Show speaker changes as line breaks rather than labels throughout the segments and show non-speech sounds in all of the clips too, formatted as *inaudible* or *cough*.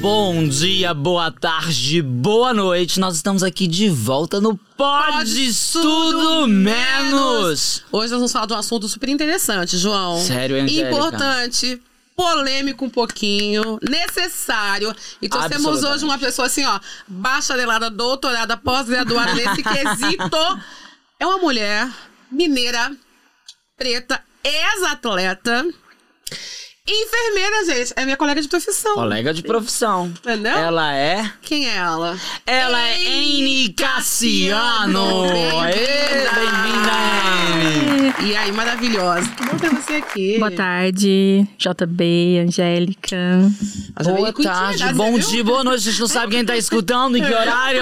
Bom dia, boa tarde, boa noite. Nós estamos aqui de volta no Pode Tudo Menos.
Hoje nós vamos falar de um assunto super interessante, João.
Sério, Angélica?
Importante, polêmico um pouquinho, necessário. E trouxemos
Absolutamente.
hoje uma pessoa assim, ó, bacharelada, doutorada,
*laughs*
pós-graduada nesse quesito. É uma mulher mineira, preta, ex-atleta. Enfermeira, gente, é minha colega de profissão.
Colega de profissão.
Entendeu?
Ela é.
Quem é ela?
Ela é N. Cassiano.
Bem-vinda.
Ê, Bem-vinda, N.
E aí, maravilhosa. Que bom ter você aqui.
Boa tarde, JB, Angélica.
Ela já veio
Boa
com intimidade,
tarde,
você
bom
viu?
dia, boa noite. A gente não sabe quem tá escutando, em que *laughs* horário.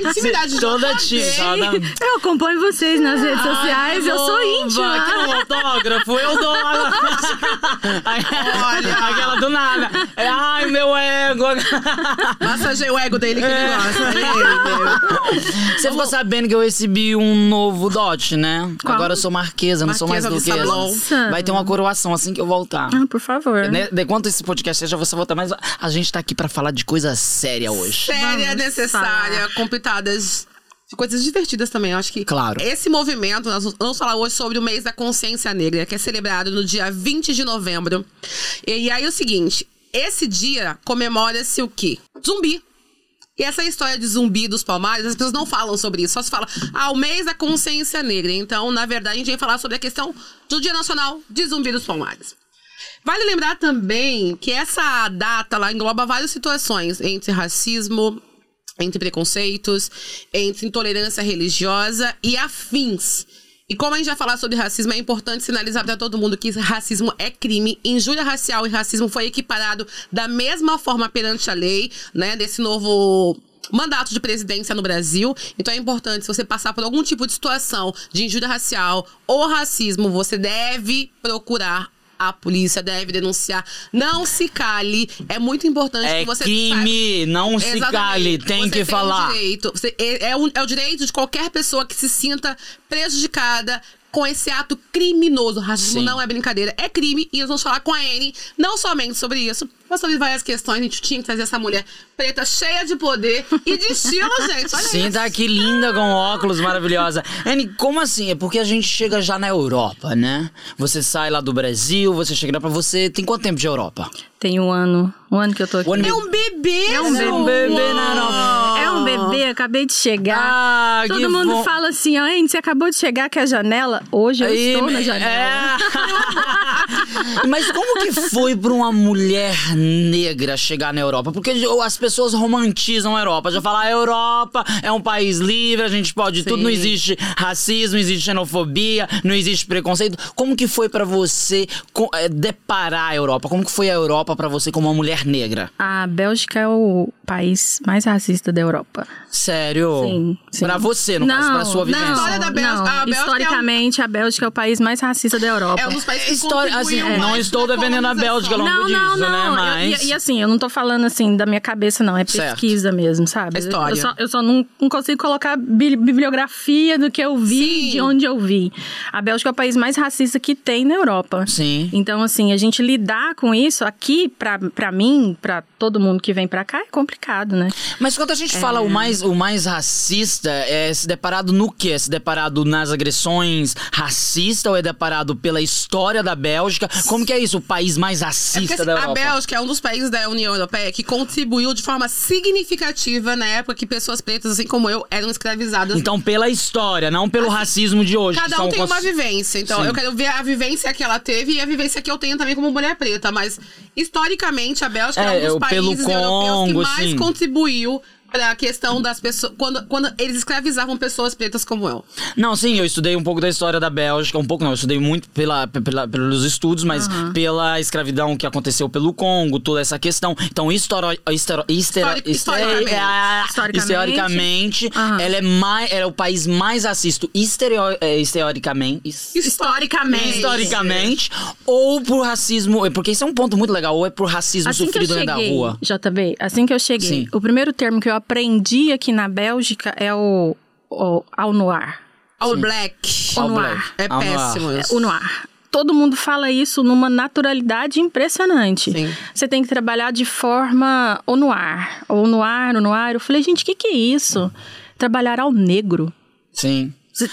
*laughs*
intimidade,
toda
já
time,
falei.
toda-
Eu acompanho vocês nas redes
Ai,
sociais, eu sou
bomba,
íntima.
Que um autógrafo, eu dou. Olha,
Olha.
*laughs* aquela do nada. É, Ai, meu ego.
Massagei o ego dele que ele
É.
gosta. né, Ei, meu.
Você ficou sabendo que eu recebi um novo dote, né?
Qual?
Agora eu sou marquesa, não sou mais
Marquesa do
duquesa.
Sablon.
Vai ter uma coroação assim que eu voltar.
Ah, por favor.
Né? De quanto esse podcast seja, você voltar. Mas a gente tá aqui pra falar de coisa séria hoje.
Séria,
Vamos
necessária,
falar.
com pitadas de coisas divertidas também. Eu acho que
Claro.
esse movimento, nós vamos falar hoje sobre o mês da consciência negra, que é celebrado no dia 20 de novembro. E aí é o seguinte, esse dia comemora-se o quê? Zumbi. E essa história de zumbi dos palmares, as pessoas não falam sobre isso, só se fala, ah, o mês da consciência negra. Então, na verdade, a gente vem falar sobre a questão do Dia Nacional de Zumbi dos Palmares. Vale lembrar também que essa data lá engloba várias situações, entre racismo, entre preconceitos, entre intolerância religiosa e afins. E como a gente já falar sobre racismo, é importante sinalizar para todo mundo que racismo é crime. Injúria racial e racismo foi equiparado da mesma forma perante a lei, né, desse novo mandato de presidência no Brasil. Então é importante, se você passar por algum tipo de situação de injúria racial ou racismo, você deve procurar a polícia, deve denunciar. Não se cale. É muito importante
É
que você saiba-
crime, não se
Exatamente.
cale, tem
Você
que falar.
O direito, você- é, é um- é o direito de qualquer pessoa que se sinta prejudicada com esse ato criminoso. Racismo
Sim.
não é brincadeira, é crime. E nós vamos falar com a Anne, não somente sobre isso, mas sobre várias questões. A gente tinha que trazer essa mulher preta, cheia de poder e de
*laughs*
estilo, gente. Olha
Sim,
isso.
tá aqui linda com óculos,
*laughs*
maravilhosa. Anne, como assim? É porque a gente chega já na Europa, né? Você sai lá do Brasil, você chega lá pra você. Tem quanto tempo de Europa?
Tem um ano, um ano que eu tô aqui.
Um ano e
É um bebê,
É um
João.
bebê na Europa.
É um bebê, acabei de chegar.
Ah, que
Todo mundo
bom.
fala assim, ó, gente, você acabou de chegar, quer a janela? Hoje eu
Aí,
estou na
é.
janela.
*laughs* Mas como que foi pra uma mulher negra chegar na Europa? Porque as pessoas romantizam a Europa. Já falam, a Europa é um país livre, a gente pode tudo.
Sim.
Não existe racismo, não existe xenofobia, não existe preconceito. Como que foi pra você co- eh, deparar a Europa? Como que foi a Europa pra você como uma mulher negra?
A Bélgica é o país mais racista da Europa.
Sério?
Sim, sim.
Pra você, no caso, pra sua vivência.
História da Bélgica-
não.
a Bélgica é um-
Historicamente, a Bélgica é o país mais racista da Europa.
É um dos países que
História-
contribuiu
assim, não
mais
estou
pra
defendendo a
colonização.
Bélgica, ao longo
Não, não,
disso, né?
não. Eu-
Mas-
e, e assim, eu não tô falando assim da minha cabeça, não. É
Certo.
pesquisa mesmo, sabe?
É história.
Eu só, eu só não, não consigo colocar bi- bibliografia do que eu vi,
Sim.
de onde eu vi. A Bélgica é o país mais racista que tem na Europa.
Sim.
Então, assim, a gente lidar com isso aqui, pra, pra mim, pra todo mundo que vem pra cá, é complicado, né?
Mas quando a gente fala o
É.
mais, o mais racista, é se deparado no quê? É se deparado nas agressões racista ou é deparado pela história da Bélgica? Como que é isso, o país mais
É
racista
porque, assim,
da Europa?
a Bélgica é um dos países da União Europeia que contribuiu de forma significativa na época que pessoas pretas, assim como eu, eram escravizadas.
Então, pela história, não pelo racismo de hoje. que
Assim, Cada
são
um tem
cons-
uma vivência. Então,
Sim.
eu quero ver a vivência que ela teve e a vivência que eu tenho também como mulher preta. Mas, historicamente, a Bélgica
É,
é, um
eu-
dos
pelo
países europeus que
Congo,
mais
sim.
contribuiu para a questão das pessoas. Quando, quando eles escravizavam pessoas pretas como eu.
Não, sim, eu estudei um pouco da história da Bélgica, um pouco não, eu estudei muito pela, pe- pela- pelos estudos, mas pela escravidão que aconteceu pelo Congo, toda essa questão. Então, histori histori
Histori- historicamente.
historicamente, é,
Historicamente.
historicamente
Aham.
ela é mais, ela é o país mais assisto estereo- eh, historicamente. his-
Historicamente.
Historicamente, ou por racismo, porque isso é um ponto muito legal, ou é por racismo
Assim que eu
sofrido
cheguei,
dentro da rua.
JB, assim que eu cheguei,
Sim.
o primeiro termo que eu aprendi aqui na Bélgica é o, o ao noir.
All Black.
Ao
no
black,
ar.
É
ao no ar.
péssimo
É,
isso.
o noir. todo mundo fala isso numa naturalidade impressionante.
Sim.
Você tem que trabalhar de forma ou no ar, ou no ar, ou no ar. Eu falei, gente, o que, que é isso? Trabalhar ao negro.
Sim.
Você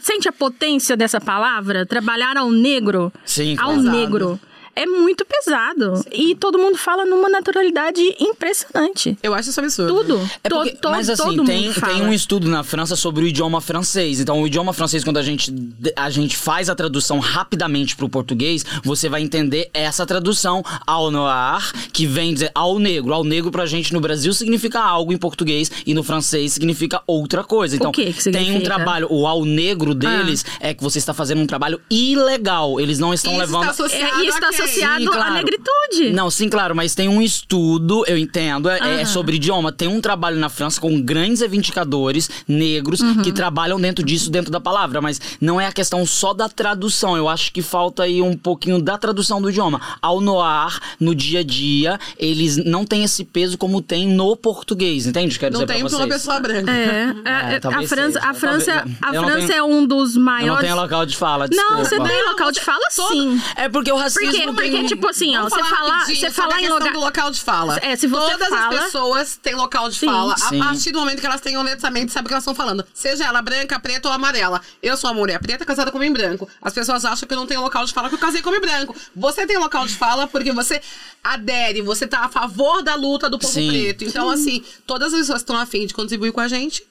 sente a potência dessa palavra? Trabalhar ao negro?
Sim,
ao
claro.
negro. É muito pesado. E todo mundo fala numa naturalidade impressionante.
Eu acho isso absurdo.
Tudo.
É
To-
porque-
to-
mas assim,
todo
tem,
mundo fala.
tem um estudo na França sobre o idioma francês. Então, o idioma francês, quando a gente, a gente faz a tradução rapidamente pro português, você vai entender essa tradução ao noir, que vem dizer ao negro. Ao negro, pra gente, no Brasil, significa algo em português e no francês significa outra coisa. Então,
que que
tem um
significa? Ah.
trabalho. O ao negro deles é que você está fazendo um trabalho ilegal. Eles não estão
Isso
levando.
está associado
É, isso está
a quem?
associado
Sim, claro.
à negritude.
*laughs* Não, sim, claro, mas tem um estudo, eu entendo, é, é
Aham.
sobre idioma. Tem um trabalho na França com grandes reivindicadores negros que trabalham dentro disso, dentro da palavra. Mas não é a questão só da tradução. Eu acho que falta aí um pouquinho da tradução do idioma. Ao noir, no dia a dia, eles não têm esse peso como tem no português, entende? o que eu Quero
Não
dizer
tem
pra
pra
vocês.
uma pessoa branca.
É,
É,
é, a
talvez
França,
seja,
a França,
talvez-
a
Eu não
França
tenho-
é um dos
Eu não
maiores.
tenho local de fala, desculpa.
Não, você tem
Não,
local
você-
de fala,
todo-
sim.
É porque o racismo
Porque-
tem
porque,
um-
tipo assim, ó,
Vamos
você falar,
rapidinho
você
sobre
falar
a
em
questão
lugar.
do local de fala.
É, se você
Todas
fala-
as pessoas têm local de
Sim.
fala.
Sim.
A partir do momento que elas têm um letramento, sabe o que elas estão falando. Seja ela branca, preta ou amarela. Eu sou uma mulher preta casada com um homem branco. As pessoas acham que eu não tenho local de fala porque eu casei com um homem branco. Você tem local de fala porque você adere, você tá a favor da luta do povo
Sim.
preto. Então, assim, todas as pessoas que estão afim de contribuir com a gente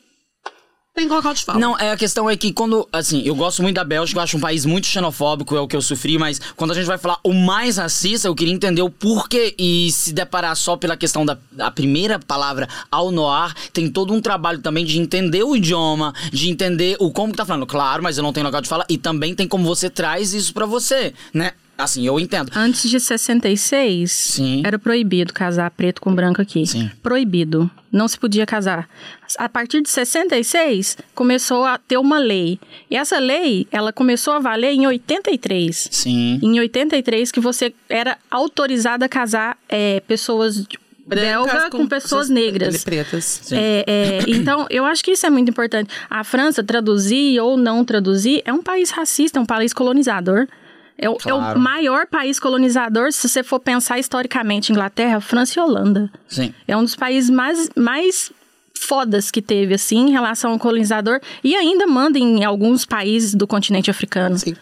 têm local de fala.
Não, é, a questão é que quando, assim, eu gosto muito da Bélgica, eu acho um país muito xenofóbico, é o que eu sofri, mas quando a gente vai falar o mais racista, eu queria entender o porquê e se deparar só pela questão da a primeira palavra ao noir, tem todo um trabalho também de entender o idioma, de entender o como que tá falando. Claro, mas eu não tenho local de falar e também tem como você traz isso pra você, né? Assim, eu entendo.
Antes de 66,
Sim.
era proibido casar preto com branco aqui.
Sim.
Proibido. Não se podia casar. A partir de 66, começou a ter uma lei. E essa lei, ela começou a valer em 83.
Sim.
Em 83, que você era autorizada a casar é, pessoas de-
Brancas
belga com, pessoas negras.
Pretas.
Sim.
É,
*coughs*
é, então, eu acho que isso é muito importante. A França, traduzir ou não traduzir, é um país racista, é um país colonizador. É o, é o
Claro.
maior país colonizador, se você for pensar historicamente, Inglaterra, França e Holanda.
Sim.
É um dos países mais, mais fodas que teve, assim, em relação ao colonizador. E ainda manda em alguns países do continente africano.
Sim.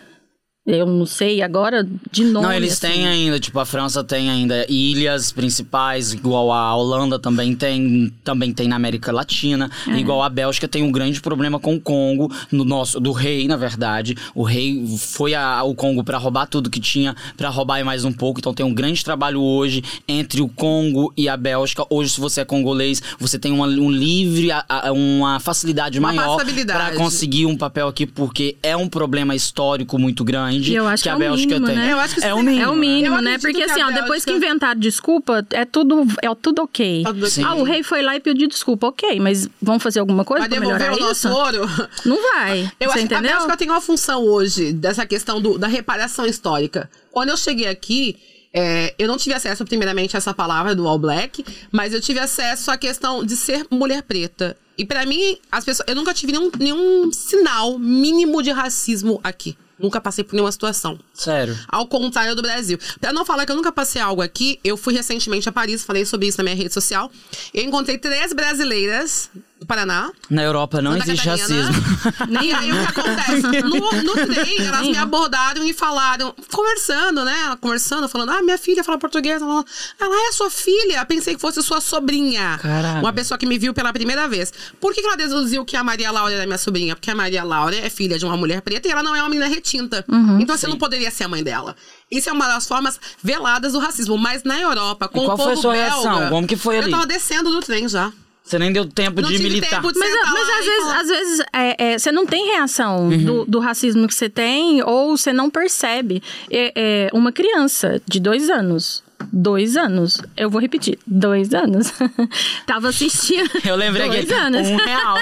Eu não sei agora de nome.
Não, eles
assim.
têm ainda, tipo, a França tem ainda ilhas principais, igual a Holanda também tem, também tem na América Latina,
É.
igual a Bélgica tem um grande problema com o Congo, no nosso, do rei, na verdade. O rei foi a- ao Congo pra roubar tudo que tinha, pra roubar e mais um pouco, então tem um grande trabalho hoje entre o Congo e a Bélgica. Hoje, se você é congolês, você tem uma- um livre, a- a- uma facilidade
Uma
maior
passabilidade.
pra conseguir um papel aqui, porque é um problema histórico muito grande
E eu acho
que
que
a
é o
Bélgica
mínimo,
tem.
né?
Eu acho que
é
isso
o
tem-
mínimo.
É o
Eu
mínimo, né?
acredito
Porque
que a
assim, ó,
Bélgica-
depois que inventaram desculpa, é tudo, é tudo ok.
Tudo ok.
Ah, o rei foi lá e pediu desculpa, ok, mas vão fazer alguma coisa
Vai
pra
devolver
melhorar
o nosso
isso?
ouro?
Não vai.
Eu
você
acho, A
entendeu?
Bélgica tem uma função hoje dessa questão do- da reparação histórica. Quando eu cheguei aqui, é, eu não tive acesso, primeiramente, a essa palavra do All Black, mas eu tive acesso à questão de ser mulher preta. E pra mim, as pessoas. Eu nunca tive nenhum, nenhum sinal mínimo de racismo aqui. Nunca passei por nenhuma situação.
Sério.
Ao contrário do Brasil. Pra não falar que eu nunca passei algo aqui, eu fui recentemente a Paris, falei sobre isso na minha rede social. Eu encontrei três brasileiras do Paraná,
Na Europa não
Santa
existe
Catarina. né?
racismo. *laughs*
E aí o que acontece? No, no trem, elas me abordaram e falaram, conversando, né? Conversando, falando, ah, minha filha fala português. Ela, ela é sua filha? Pensei que fosse sua sobrinha.
Caralho.
Uma pessoa que me viu pela primeira vez. Por que, que ela deduziu que a Maria Laura era minha sobrinha? Porque a Maria Laura é filha de uma mulher preta e ela não é uma menina retinta.
Uhum.
então você não poderia ser a mãe dela. Isso é uma das formas veladas do racismo. Mas na Europa, com
E qual
o povo
foi a sua
belga,
reação? Como que foi
eu
ali?
tava descendo do
*laughs*
trem já.
Você nem deu tempo
Não
de
tive
militar.
tempo de
Mas,
sentar
mas
lá e
às
Uhum.
vezes,
falar.
às vezes é, é, você não tem reação do, do racismo que você tem ou você não percebe. É, é, uma criança de dois anos. Dois anos. Eu vou repetir. Dois anos. *laughs* Tava assistindo.
Eu lembrei
dois
que
anos.
um real.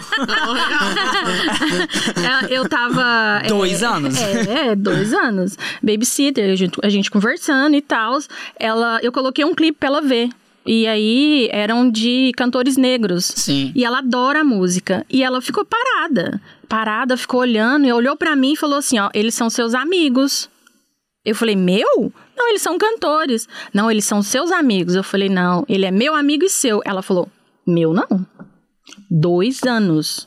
É, Eu tava. é,
Dois anos?
É, é, dois anos. Babysitter, a gente, a gente conversando e tal. Ela, eu coloquei um clipe pra ela ver. E aí eram de cantores negros.
Sim.
E ela adora a música. E ela ficou parada. Parada, ficou olhando e olhou pra mim e falou assim: ó, eles são seus amigos. Eu falei, meu? Não, eles são cantores. Não, eles são seus amigos. Eu falei, não, ele é meu amigo e seu. Ela falou, meu não. Dois anos.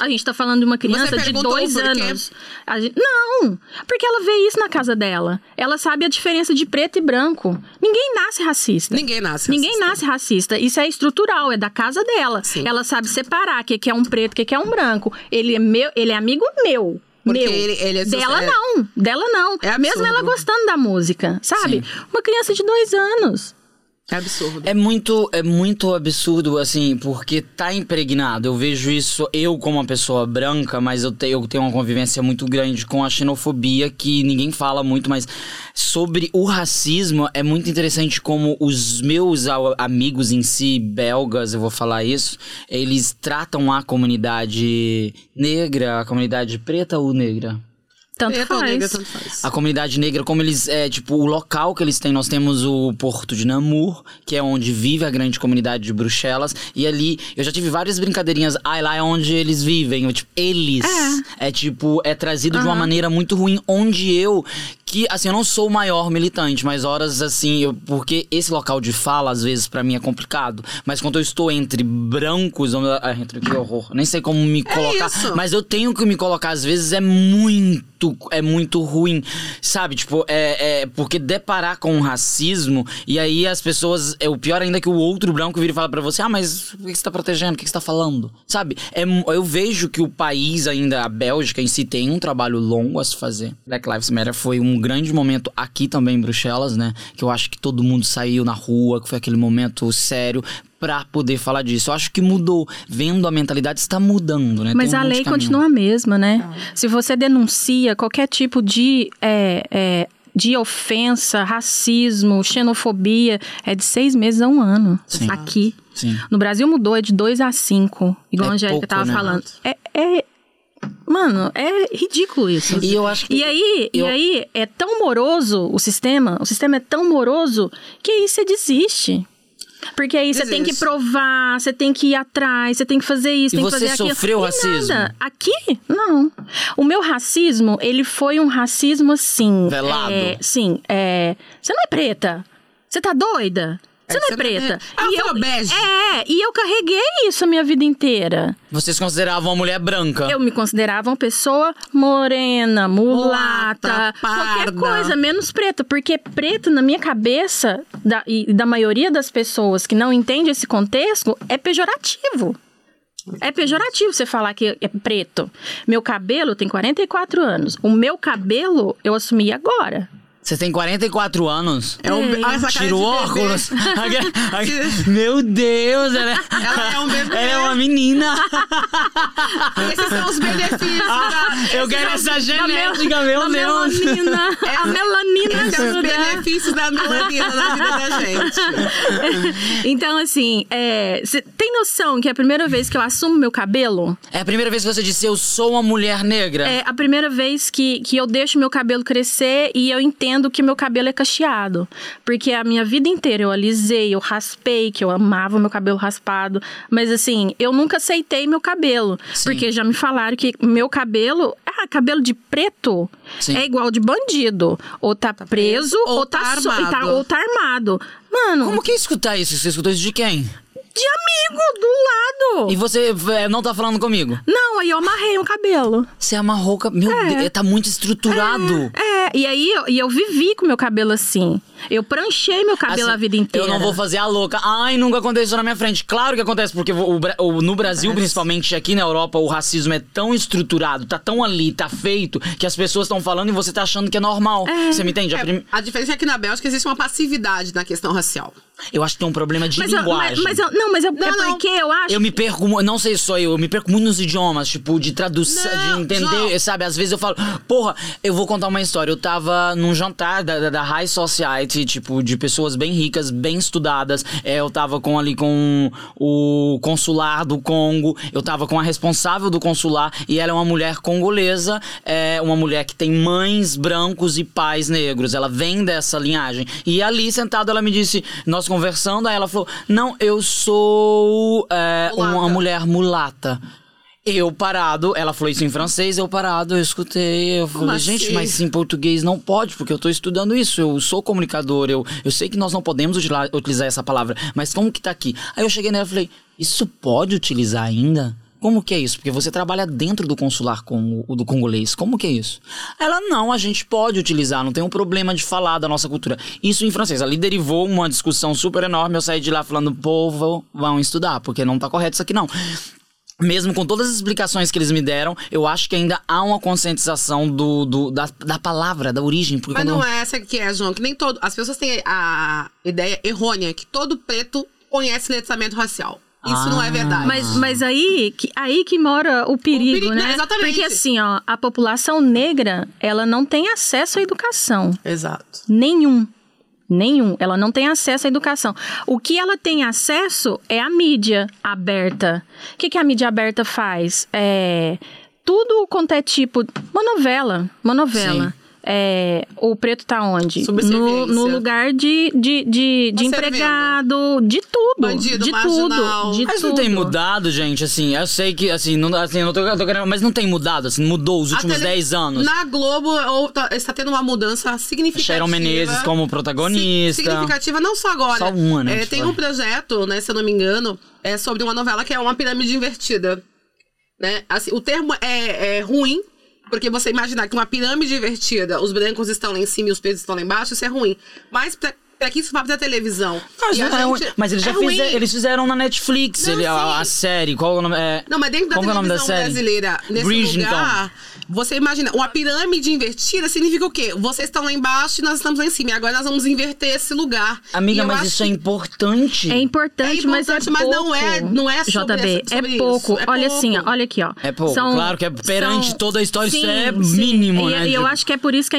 A gente tá falando de uma criança de
perguntou
dois
por quê?
anos. A gente- Não! Porque ela vê isso na casa dela. Ela sabe a diferença de preto e branco. Ninguém nasce racista.
Ninguém nasce. assim.
Ninguém
racista.
nasce racista. Isso é estrutural, é da casa dela.
Sim.
Ela sabe separar o que que é um preto, o que que é um branco. Ele é meu, ele é amigo meu.
Porque
meu.
ele- ele é-
dela
é-
não, dela não.
É absurdo.
Mesmo ela gostando da música, sabe? Uma criança de dois anos.
É absurdo.
É muito, é muito absurdo, assim, porque tá impregnado. Eu vejo isso, eu como uma pessoa branca, mas eu, te- eu tenho uma convivência muito grande com a xenofobia, que ninguém fala muito, mas sobre o racismo é muito interessante como os meus a- amigos em si, belgas, eu vou falar isso, eles tratam a comunidade negra, a comunidade preta ou negra?
Tanto
Preta ou
faz.
negra, tanto faz.
A comunidade negra, como eles. É, tipo, o local que eles têm, nós temos o Porto de Namur, que é onde vive a grande comunidade de Bruxelas. E ali, eu já tive várias brincadeirinhas. Ai, lá é onde eles vivem. Eu, tipo, eles. É, tipo, é trazido de uma maneira muito ruim, onde eu. Que, assim, eu não sou o maior militante, mas horas assim, eu- porque esse local de fala, às vezes, pra mim é complicado. Mas quando eu estou entre brancos, onde- ai, entre que horror. Nem sei como me colocar.
isso.
Mas eu tenho que me colocar, às vezes é muito, é muito ruim, sabe? Tipo, é, é porque deparar com o racismo e aí as pessoas, é o pior ainda é que o outro branco vira e fala pra você: "Ah, mas o que você tá protegendo? O que você tá falando?" Sabe? É mu- eu vejo que o país ainda a Bélgica em si tem um trabalho longo a se fazer. Black Lives Matter foi um grande momento aqui também em Bruxelas, né? Que eu acho que todo mundo saiu na rua, que foi aquele momento sério pra poder falar disso. Eu acho que mudou, vendo a mentalidade está mudando, né?
Mas
Tem um
a
monte de
lei
caminho.
continua a mesma, né? Se você denuncia qualquer tipo de, é, é, de ofensa, racismo, xenofobia, é de seis meses a um ano.
Sim.
Aqui.
Sim.
No Brasil mudou, é de dois a cinco. Igual
É
a Angélica
pouco,
tava
né?
falando. É, é- Mano, é ridículo isso.
E eu acho que.
E aí,
eu-
e aí, é tão moroso o sistema, o sistema é tão moroso que aí você desiste. Porque aí você tem que
Desiste.
provar, você tem que ir atrás, você tem que fazer isso,
E
tem que
você
fazer aquilo.
sofreu
E
racismo?
Nada. Aqui, não. O meu racismo, ele foi um racismo assim.
Velado.
é, sim, é. Você não é preta. Você tá doida? Você
É,
não é
você não é-
preta.
Ah,
e
foi o
eu,
bege.
é, e eu carreguei isso a minha vida inteira.
Vocês consideravam uma mulher branca.
Eu me considerava uma pessoa morena, mulata,
Mulata, parda.
qualquer coisa, menos preta. Porque preto, na minha cabeça, da, e da maioria das pessoas que não entende esse contexto, é pejorativo. É pejorativo você falar que é preto. Meu cabelo tem 44 anos. O meu cabelo eu assumi agora.
Você tem 44 anos.
É um... ah, essa cara
Tirou
de bebê. *laughs*
óculos. *laughs* Meu Deus, ela é,
Ela é um
*laughs*
bebê.
ela é uma menina.
Esses são os benefícios. da-
Ah, Eu quero essa genética, meu
a
Deus. é
melanina. A melanina
Esses são os
ajuda.
benefícios da melanina na vida da gente.
*laughs* então, assim, você tem noção que é a primeira vez que eu assumo meu cabelo?
É a primeira vez que você disse eu sou uma mulher negra.
É a primeira vez que, que eu deixo meu cabelo crescer e eu entendo que meu cabelo é cacheado. Porque a minha vida inteira eu alisei, eu raspei, que eu amava meu cabelo raspado. Mas assim, eu nunca aceitei meu cabelo.
Sim.
Porque já me falaram que meu cabelo. Ah, cabelo de preto
Sim.
é igual de bandido. Ou tá, preso, ou, tá, so- e tá-
armado.
ou tá armado. Mano,
Como que é escutar isso? Você escutou isso de quem?
de amigo do lado.
E você é, não tá falando comigo?
Não, aí eu amarrei o cabelo.
Você amarrou. o cab- Meu Deus, tá muito estruturado.
É, e aí eu, e eu vivi com meu cabelo assim. Eu pranchei meu cabelo
Assim,
a vida inteira.
Eu não vou fazer a louca. Ai, nunca aconteceu na minha frente. Claro que acontece, porque o Bra- o- no Brasil, principalmente aqui na Europa, o racismo é tão estruturado, tá tão ali, tá feito, que as pessoas estão falando e você tá achando que é normal. Você me entende? A prim-
A diferença é que na Bélgica existe uma passividade na questão racial.
Eu acho que tem um problema de
Mas eu,
linguagem.
mas, mas eu, não, mas eu, é
não.
porque eu acho.
Eu me perco, mu- não sei só eu, eu me perco muito nos idiomas, tipo, de tradução,
Não,
de entender,
João.
sabe? Às vezes eu falo, porra, eu vou contar uma história. Eu tava num jantar da, da- da High Society, tipo, de pessoas bem ricas, bem estudadas. É, eu tava com ali com o consular do Congo, eu tava com a responsável do consular, e ela é uma mulher congolesa, é uma mulher que tem mães brancos e pais negros. Ela vem dessa linhagem. E ali, sentada, ela me disse, nós conversando, aí ela falou: Não, eu sou é,
Mulata.
uma mulher mulata. Eu parado, ela falou isso em francês, eu parado, eu escutei, eu falei,
assim?
gente, mas em português não pode, porque eu tô estudando isso, eu sou comunicador, eu, eu sei que nós não podemos utila- utilizar essa palavra, mas como que tá aqui? Aí eu cheguei nela e falei, isso pode utilizar ainda? Como que é isso? Porque você trabalha dentro do consular com o do congolês. Como que é isso? Ela não, a gente pode utilizar, não tem um problema de falar da nossa cultura. Isso em francês. Ali derivou uma discussão super enorme. Eu saí de lá falando, povo, vão estudar, porque não tá correto isso aqui não mesmo com todas as explicações que eles me deram, eu acho que ainda há uma conscientização do, do- da, da palavra, da origem. Porque
Mas
quando-
não é essa que é, João, que nem todo. As pessoas têm a ideia errônea que todo preto conhece letramento racial. Isso não
Ah.
é verdade.
Mas, mas aí, que, aí que mora o perigo,
perigo,
né?
é,
né? Exatamente.
Porque assim, ó, a população negra, ela não tem acesso à educação.
Exato.
Nenhum. Nenhum. Ela não tem acesso à educação. O que ela tem acesso é a mídia aberta. O que, que a mídia aberta faz? É, tudo quanto é tipo. Uma novela. Uma novela. É, o preto tá onde? No,
Subserviência.
no lugar de, de, de, de
Tá
empregado, de tudo.
Bandido,
de
marginal.
tudo. De
Mas
tudo.
não tem mudado, gente, assim, eu sei que, assim, não, assim, eu não tô, eu tô querendo, mas não tem mudado, assim, mudou os
A
últimos
tele-
10 anos.
Na Globo ou tá- está tendo uma mudança significativa.
Sharon Menezes como protagonista.
Si- Significativa não só agora.
Só uma, né,
É,
que
tem
foi.
um projeto, né, se eu não me engano, é sobre uma novela que é uma pirâmide invertida. Né? Assim, o termo é, é ruim, porque você imaginar que uma pirâmide invertida, os brancos estão lá em cima e os pretos estão lá embaixo, isso é ruim. Mas pra, pra que isso vá pra televisão?
Mas,
E a
não é ruim.
gente-
Mas eles já
é ruim.
fizeram, eles fizeram na Netflix
Não,
ele- a,
sim.
a série, qual é o nome? É,
Não, mas dentro da
qual que é o nome da
televisão
série? então.
brasileira, nesse
Bridgerton.
lugar, você imagina, uma pirâmide invertida significa o quê? Vocês estão lá embaixo e nós estamos lá em cima. E agora nós vamos inverter esse lugar.
Amiga,
E eu
mas
acho
isso é
que-
importante.
É importante,
É
mas é
importante, mas
pouco.
não é- não é sobre
JB,
essa- sobre
é
isso.
pouco.
É
olha
pouco.
assim, ó, olha aqui, ó.
É pouco. Claro que é perante toda a história, isso é mínimo,
e,
né,
E eu
de-
acho que é por isso que é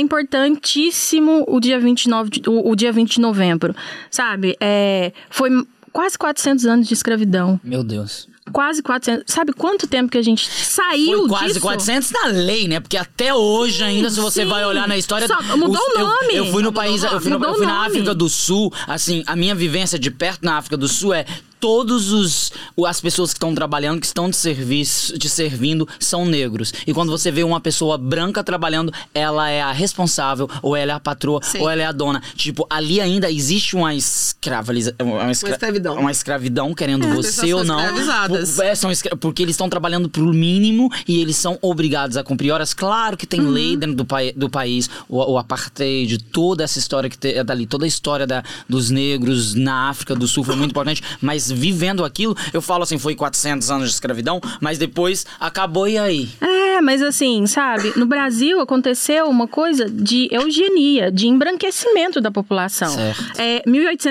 importantíssimo o dia 29 de, o, o dia 20 de novembro. Sabe? É, foi quase 400 anos de escravidão.
Meu Deus.
Quase 400. Sabe quanto tempo que a gente saiu
Foi quase
disso?
400 na lei, né? Porque até hoje ainda, se você
sim.
vai olhar na história...
Só mudou
os-
o nome.
Eu, eu fui no
Só
país,
mudou o
eu fui, no,
nome.
eu fui na
Mudou o
África
nome.
do Sul, assim, a minha vivência de perto na África do Sul é... Todos os o- as pessoas que estão trabalhando, que estão de serviço, te servindo, são negros. E quando você vê uma pessoa branca trabalhando, ela é a responsável, ou ela é a patroa,
Sim.
ou ela é a dona. Tipo, ali ainda existe uma escravaliza, uma, escra-
escravidão.
uma escravidão querendo
as
você
pessoas são
ou não.
escravizadas.
Por- é, são escra- porque eles estão trabalhando pro mínimo e eles são obrigados a cumprir horas. Claro que tem
Uhum.
lei dentro do, pai- do país, o, o apartheid, toda essa história que te, é dali, toda a história da- dos negros na África do Sul foi muito importante, mas vivendo aquilo, eu falo assim, foi 400 anos de escravidão, mas depois acabou e aí?
É, mas assim, sabe, no Brasil aconteceu uma coisa de eugenia, de embranquecimento da população.
Certo.
É,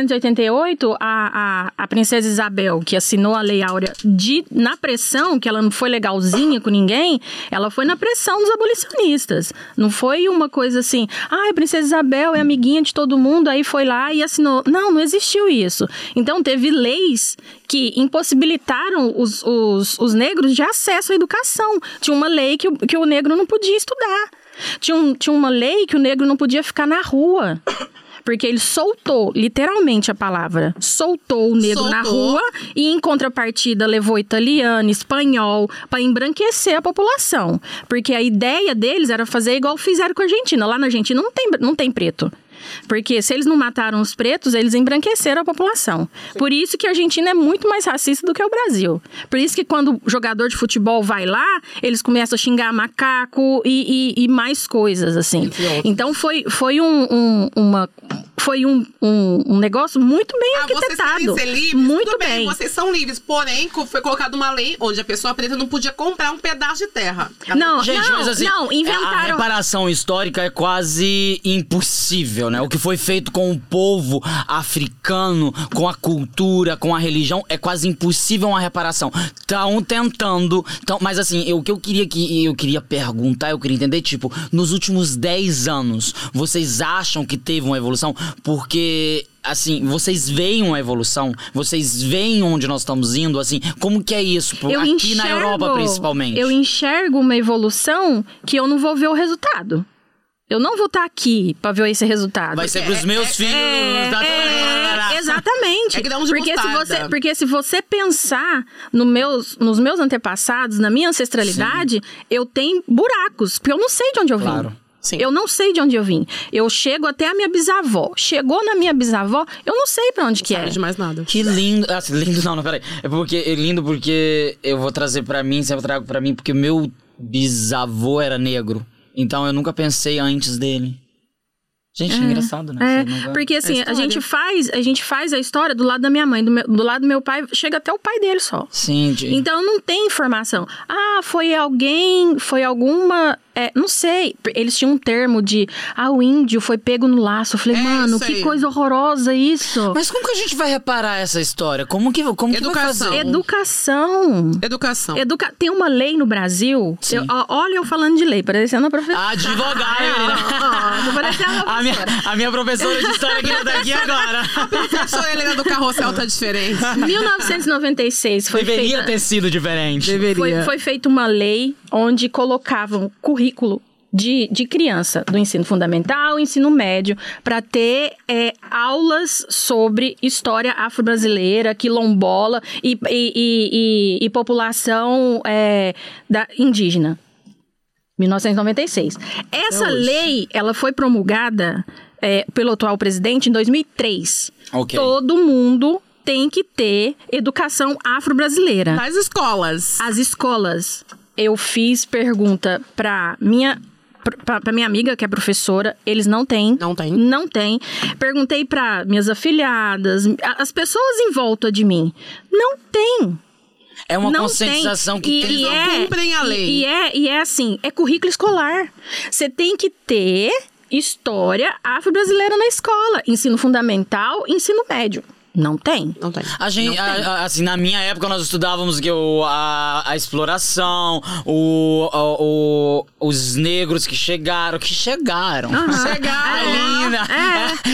1888, a, a, a princesa Isabel, que assinou a Lei Áurea de, na pressão, que ela não foi legalzinha com ninguém, ela foi na pressão dos abolicionistas. Não foi uma coisa assim, ah, a princesa Isabel é amiguinha de todo mundo, aí foi lá e assinou. Não, não existiu isso. Então teve leis que impossibilitaram os, os, os negros de acesso à educação. Tinha uma lei que o, que o negro não podia estudar. Tinha, um, tinha uma lei que o negro não podia ficar na rua. Porque ele soltou, literalmente a palavra, soltou o negro na
Soltou.
rua e, em contrapartida, levou italiano, espanhol, para embranquecer a população. Porque a ideia deles era fazer igual fizeram com a Argentina. Lá na Argentina não tem, não tem preto. Porque se eles não mataram os pretos, eles embranqueceram a população. Por isso que a Argentina é muito mais racista do que o Brasil. Por isso que quando o jogador de futebol vai lá, eles começam a xingar macaco e, e- e mais coisas, assim. Então foi, foi um, um- uma, foi um, um, um negócio muito bem
Ah, vocês
arquitetado.
querem ser livres?
muito
Tudo
bem.
Vocês são livres. Porém, co- foi colocada uma lei onde a pessoa preta não podia comprar um pedaço de terra. Ela
Não,
Gente,
não,
mas assim,
não,
a
inventaram.
reparação histórica é quase impossível, né? O que foi feito com o povo africano, com a cultura, com a religião, é quase impossível uma reparação. Estão tentando, tão, mas assim, eu- o que eu queria que eu queria perguntar, eu queria entender, tipo, nos últimos 10 anos, vocês acham que teve uma evolução? Porque assim, vocês veem uma evolução, vocês veem onde nós estamos indo, assim, como que é isso? Pô,
eu
Aqui
enxergo,
na Europa principalmente.
Eu enxergo uma evolução que eu não vou ver o resultado. Eu não vou estar aqui pra ver esse resultado.
Vai ser pros meus filhos.
É,
tá-
é, exatamente.
É grão de
porque, se
mostarda.
você, porque se você pensar no meus, nos meus antepassados, na minha ancestralidade, eu tenho buracos, porque eu não sei de onde eu vim.
Claro.
Sim.
Eu não sei de onde eu vim. Eu chego até a minha bisavó. Chegou na minha bisavó, eu não sei pra onde que é.
Sabe de mais nada.
Que lindo. Ah, lindo não, não, peraí. É porque é lindo porque eu vou trazer pra mim, sempre trago pra mim, porque meu bisavô era negro. Então eu nunca pensei antes dele. Gente, é, engraçado, né?
É,
Você nunca-
porque assim, a
história.
gente faz, a gente faz a história do lado da minha mãe, do, meu- do lado do meu pai, chega até o pai dele só.
Sim, de-
Então não tem informação. Ah, foi alguém, foi alguma. é, não sei. Eles tinham um termo de. Ah, o índio foi pego no laço. Eu falei,
É,
mano,
isso
que
aí.
coisa horrorosa isso.
Mas como que a gente vai reparar essa história? Como que, como que vai
Educação.
fazer?
Educação.
Educação.
Educa... Tem uma lei no Brasil.
Sim.
Eu- ó, olha, eu falando de lei, parecendo a professora.
Advogada,
Ah, ó, tô parecendo
menina. A
uma
minha,
professora.
a minha professora de história querida tá aqui agora.
*laughs* Professora Helena do Carrossel tá
*laughs*
diferente.
1996 *laughs* foi
Deveria
feita...
ter sido diferente.
Deveria.
Foi, foi feita uma lei onde colocavam currículo de, de criança do ensino fundamental, ensino médio, para ter é, aulas sobre história afro-brasileira, quilombola e, e- e- e- e população é, da, indígena. 1996. Essa
hoje.
lei, ela foi promulgada é, pelo atual presidente em 2003.
Ok.
Todo mundo tem que ter educação afro-brasileira.
Nas escolas.
As escolas. Eu fiz pergunta pra minha pra, pra minha amiga que é professora, eles não têm.
Não tem.
Não tem. Perguntei pra minhas afilhadas, a- as pessoas em volta de mim. Não tem.
É uma
não
conscientização
tem.
que tem.
e, e
não
é,
cumprem a
e-
lei.
E, é, e é assim, é currículo escolar. Você tem que ter história afro-brasileira na escola, ensino fundamental, ensino médio. Não tem.
Não tem.
A gente, a- a- assim, na minha época nós estudávamos que o, a, a exploração, o, o- o- os negros que chegaram, que chegaram.
Ah,
*laughs*
Chegaram.
Alina,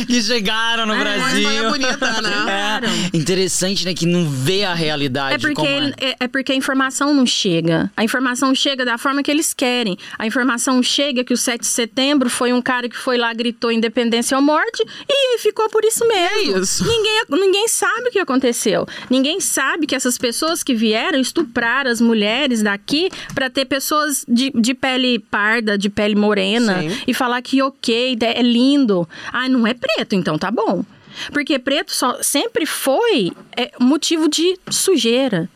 é.
*laughs* que chegaram no Brasil.
Mas foi bonita, né?
*laughs* É. Interessante, né, que não vê a realidade
É porque,
como é.
ele- é- é porque a informação não chega. A informação chega da forma que eles querem. A informação chega que o 7 de setembro foi um cara que foi lá, gritou independência ou morte e ficou por isso mesmo.
É isso.
Ninguém, ninguém sabe o que aconteceu. Ninguém sabe que essas pessoas que vieram estuprar as mulheres daqui pra ter pessoas de, de pele parda, de pele morena
Sim.
e falar que ok, é lindo. Ah, não é preto, então tá bom. Porque preto só sempre foi é, motivo de sujeira.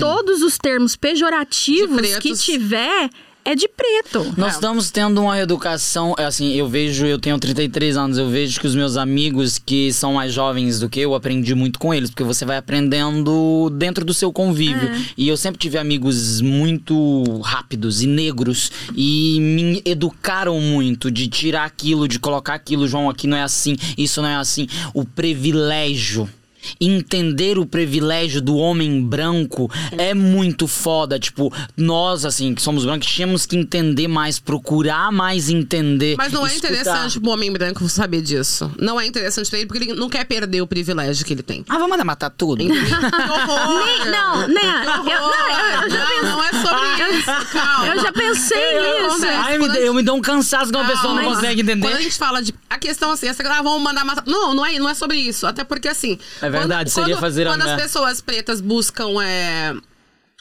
Todos os termos pejorativos
De
que
pretos.
tiver é de preto.
Nós estamos tendo uma educação, é assim, eu vejo, eu tenho 33 anos, eu vejo que os meus amigos que são mais jovens do que eu, aprendi muito com eles, porque você vai aprendendo dentro do seu convívio. E eu sempre tive amigos muito rápidos e negros e me educaram muito de tirar aquilo, de colocar aquilo, João, aqui não é assim, isso não é assim, o privilégio entender o privilégio do homem branco é muito foda. Tipo, nós, assim, que somos brancos, tínhamos que entender mais, procurar mais entender.
Mas não é
escutar.
interessante pro homem branco saber disso. Não é interessante pra ele, porque ele não quer perder o privilégio que ele tem.
Ah, vamos mandar matar tudo?
Que horror!
*laughs* Nem- não, né? Eu,
Ah. Que horror!
não,
não,
eu- eu já pensei-
não é sobre isso, calma.
eu já pensei nisso.
acontece.
Ai, me, deu- *laughs* eu me dou um cansaço que uma pessoa não
Ah, mas
consegue
Quando a
entender.
gente fala de. A questão assim, essa galera vão mandar matar. Não, não é, não é sobre isso. Até porque assim.
É verdade, seria
quando,
fazer a
Quando as
merda.
pessoas pretas buscam. É,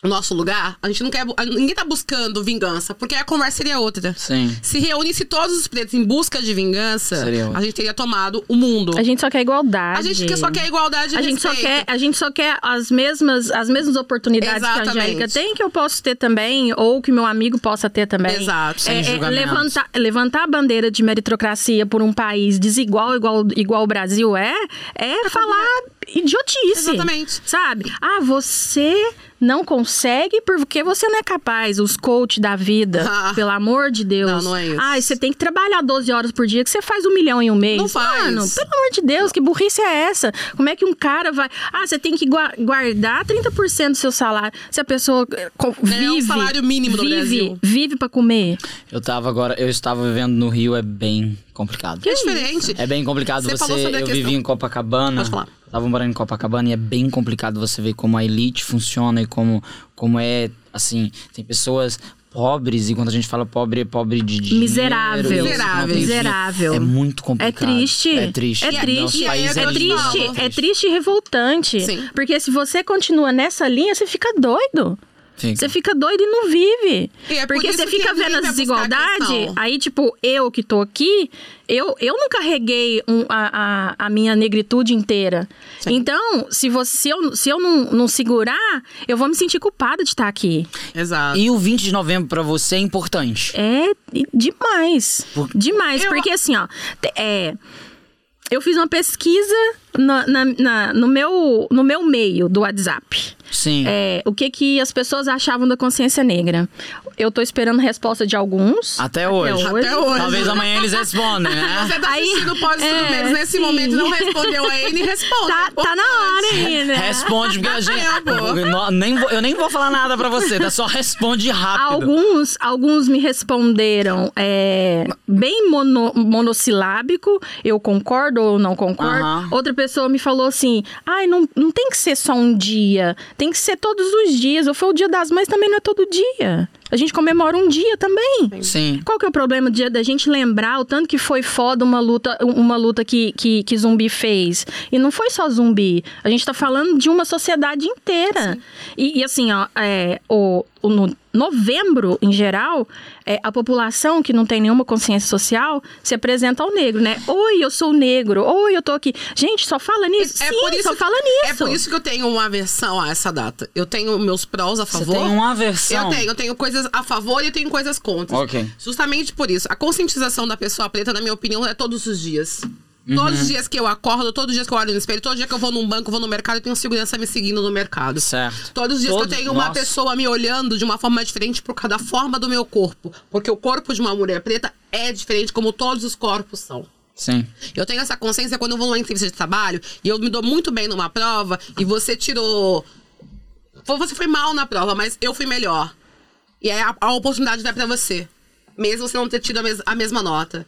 o nosso lugar, a gente não quer. bu- Ninguém tá buscando vingança, porque a conversa seria outra.
Sim.
Se reunisse todos os pretos em busca de vingança,
Seria outra.
a gente teria tomado o mundo.
A gente só quer igualdade.
A gente que só quer igualdade e
A gente, só
respeito.
quer, a gente só quer as mesmas, as mesmas oportunidades que a
Exatamente.
Angélica tem, que eu posso ter também, ou que meu amigo possa ter também. É,
Exato.
Sem julgamentos.
levantar, levantar a bandeira de meritocracia por um país desigual, igual, igual o Brasil é, é falar idiotice.
Exatamente.
Sabe? Ah, você não consegue porque você não é capaz. Os coach da
*laughs*
vida,
Ah.
pelo amor de Deus.
Não, não é isso.
Ah, você tem que trabalhar 12 horas por dia, que você faz um milhão em um mês.
Não faz.
Mano, pelo amor de Deus, que burrice é essa? Como é que um cara vai. Ah, você tem que gua- guardar 30% do seu salário. Se a pessoa eh, co- vive.
É o salário mínimo do
vive,
Brasil.
Vive pra comer.
Eu tava agora, eu estava vivendo no Rio, é bem complicado.
É diferente.
É bem complicado
Você
você.
falou sobre a
eu
questão-
vivi em Copacabana.
Pode falar.
Tava morando em Copacabana e é bem complicado você ver como a elite funciona e como, como é, assim, tem pessoas pobres, e quando a gente fala pobre, é pobre de dinheiro.
Miserável.
isso, não
Miserável.
tem vida.
Miserável.
É muito
É
complicado.
triste.
É triste.
É
Nosso
triste.
país
E aí
É
eu te
triste.
falo.
É triste e revoltante.
Sim.
Porque se você continua nessa linha, você fica doido.
Fica.
Você fica doido e não vive.
E é por
Porque
isso
você
que
fica
ninguém
vendo
vai
as
buscar
desigualdades,
atenção.
aí, tipo, eu que tô aqui, eu, eu não carreguei um- a, a, a minha negritude inteira. Então, se, você, se eu, se eu não, não segurar, eu vou me sentir culpada de estar aqui.
Exato.
E o 20 de novembro pra você é importante.
É e- demais.
Por-
Demais.
Eu-
Porque assim, ó. te- É, eu fiz uma pesquisa na- na- na- no, meu, no meu meio do WhatsApp.
Sim.
É, o que, que as pessoas achavam da consciência negra? Eu tô esperando resposta de alguns.
Até hoje.
hoje.
Até hoje.
Talvez amanhã eles respondam, né?
*laughs*
Você tá
Aí-
assistindo pós
é,
tudo menos nesse
sim.
momento, não respondeu a ele, responde.
Tá, tá na hora ainda.
Responde, porque a gente.
É, amor.
eu, não- nem vou, eu nem vou falar nada pra você, tá? Só responde rápido.
Alguns, alguns me responderam é, bem mono- monossilábico, eu concordo ou não concordo.
Aham.
Outra pessoa me falou assim: ai, não, não tem que ser só um dia, tem que ser todos os dias. Ou foi o dia das mães, também não é todo dia. A gente comemora um dia também.
Sim.
Qual que é o problema de, da gente lembrar o tanto que foi foda uma luta, uma luta que, que, que zumbi fez? E não foi só zumbi. A gente tá falando de uma sociedade inteira. E, e assim, ó, é, o, o no novembro, em geral, é, a população que não tem nenhuma consciência social se apresenta ao negro, né? Oi, eu sou negro. Oi, eu tô aqui. Gente, só fala nisso. Sim, só fala nisso.
É por isso que eu tenho uma aversão a essa data. Eu tenho meus prós a
Você
favor.
tem uma versão.
Eu tenho, eu tenho coisas a favor e eu tenho coisas contra.
Ok.
Justamente por isso. A conscientização da pessoa preta, na minha opinião, é todos os dias. Todos os dias que eu acordo, todos os dias que eu olho no espelho, todos os dias que eu vou num banco, vou no mercado, eu tenho segurança me seguindo no mercado.
Certo.
Todos os dias que
Todo-
eu tenho uma
Nossa.
pessoa me olhando de uma forma diferente por causa da forma do meu corpo. Porque o corpo de uma mulher preta é diferente, como todos os corpos são.
Sim.
Eu tenho essa consciência quando eu vou numa entrevista de trabalho e eu me dou muito bem numa prova e você tirou. Fo- Você foi mal na prova, mas eu fui melhor. E aí a, a oportunidade vai pra você. Mesmo você não ter tido a, mes- a mesma nota.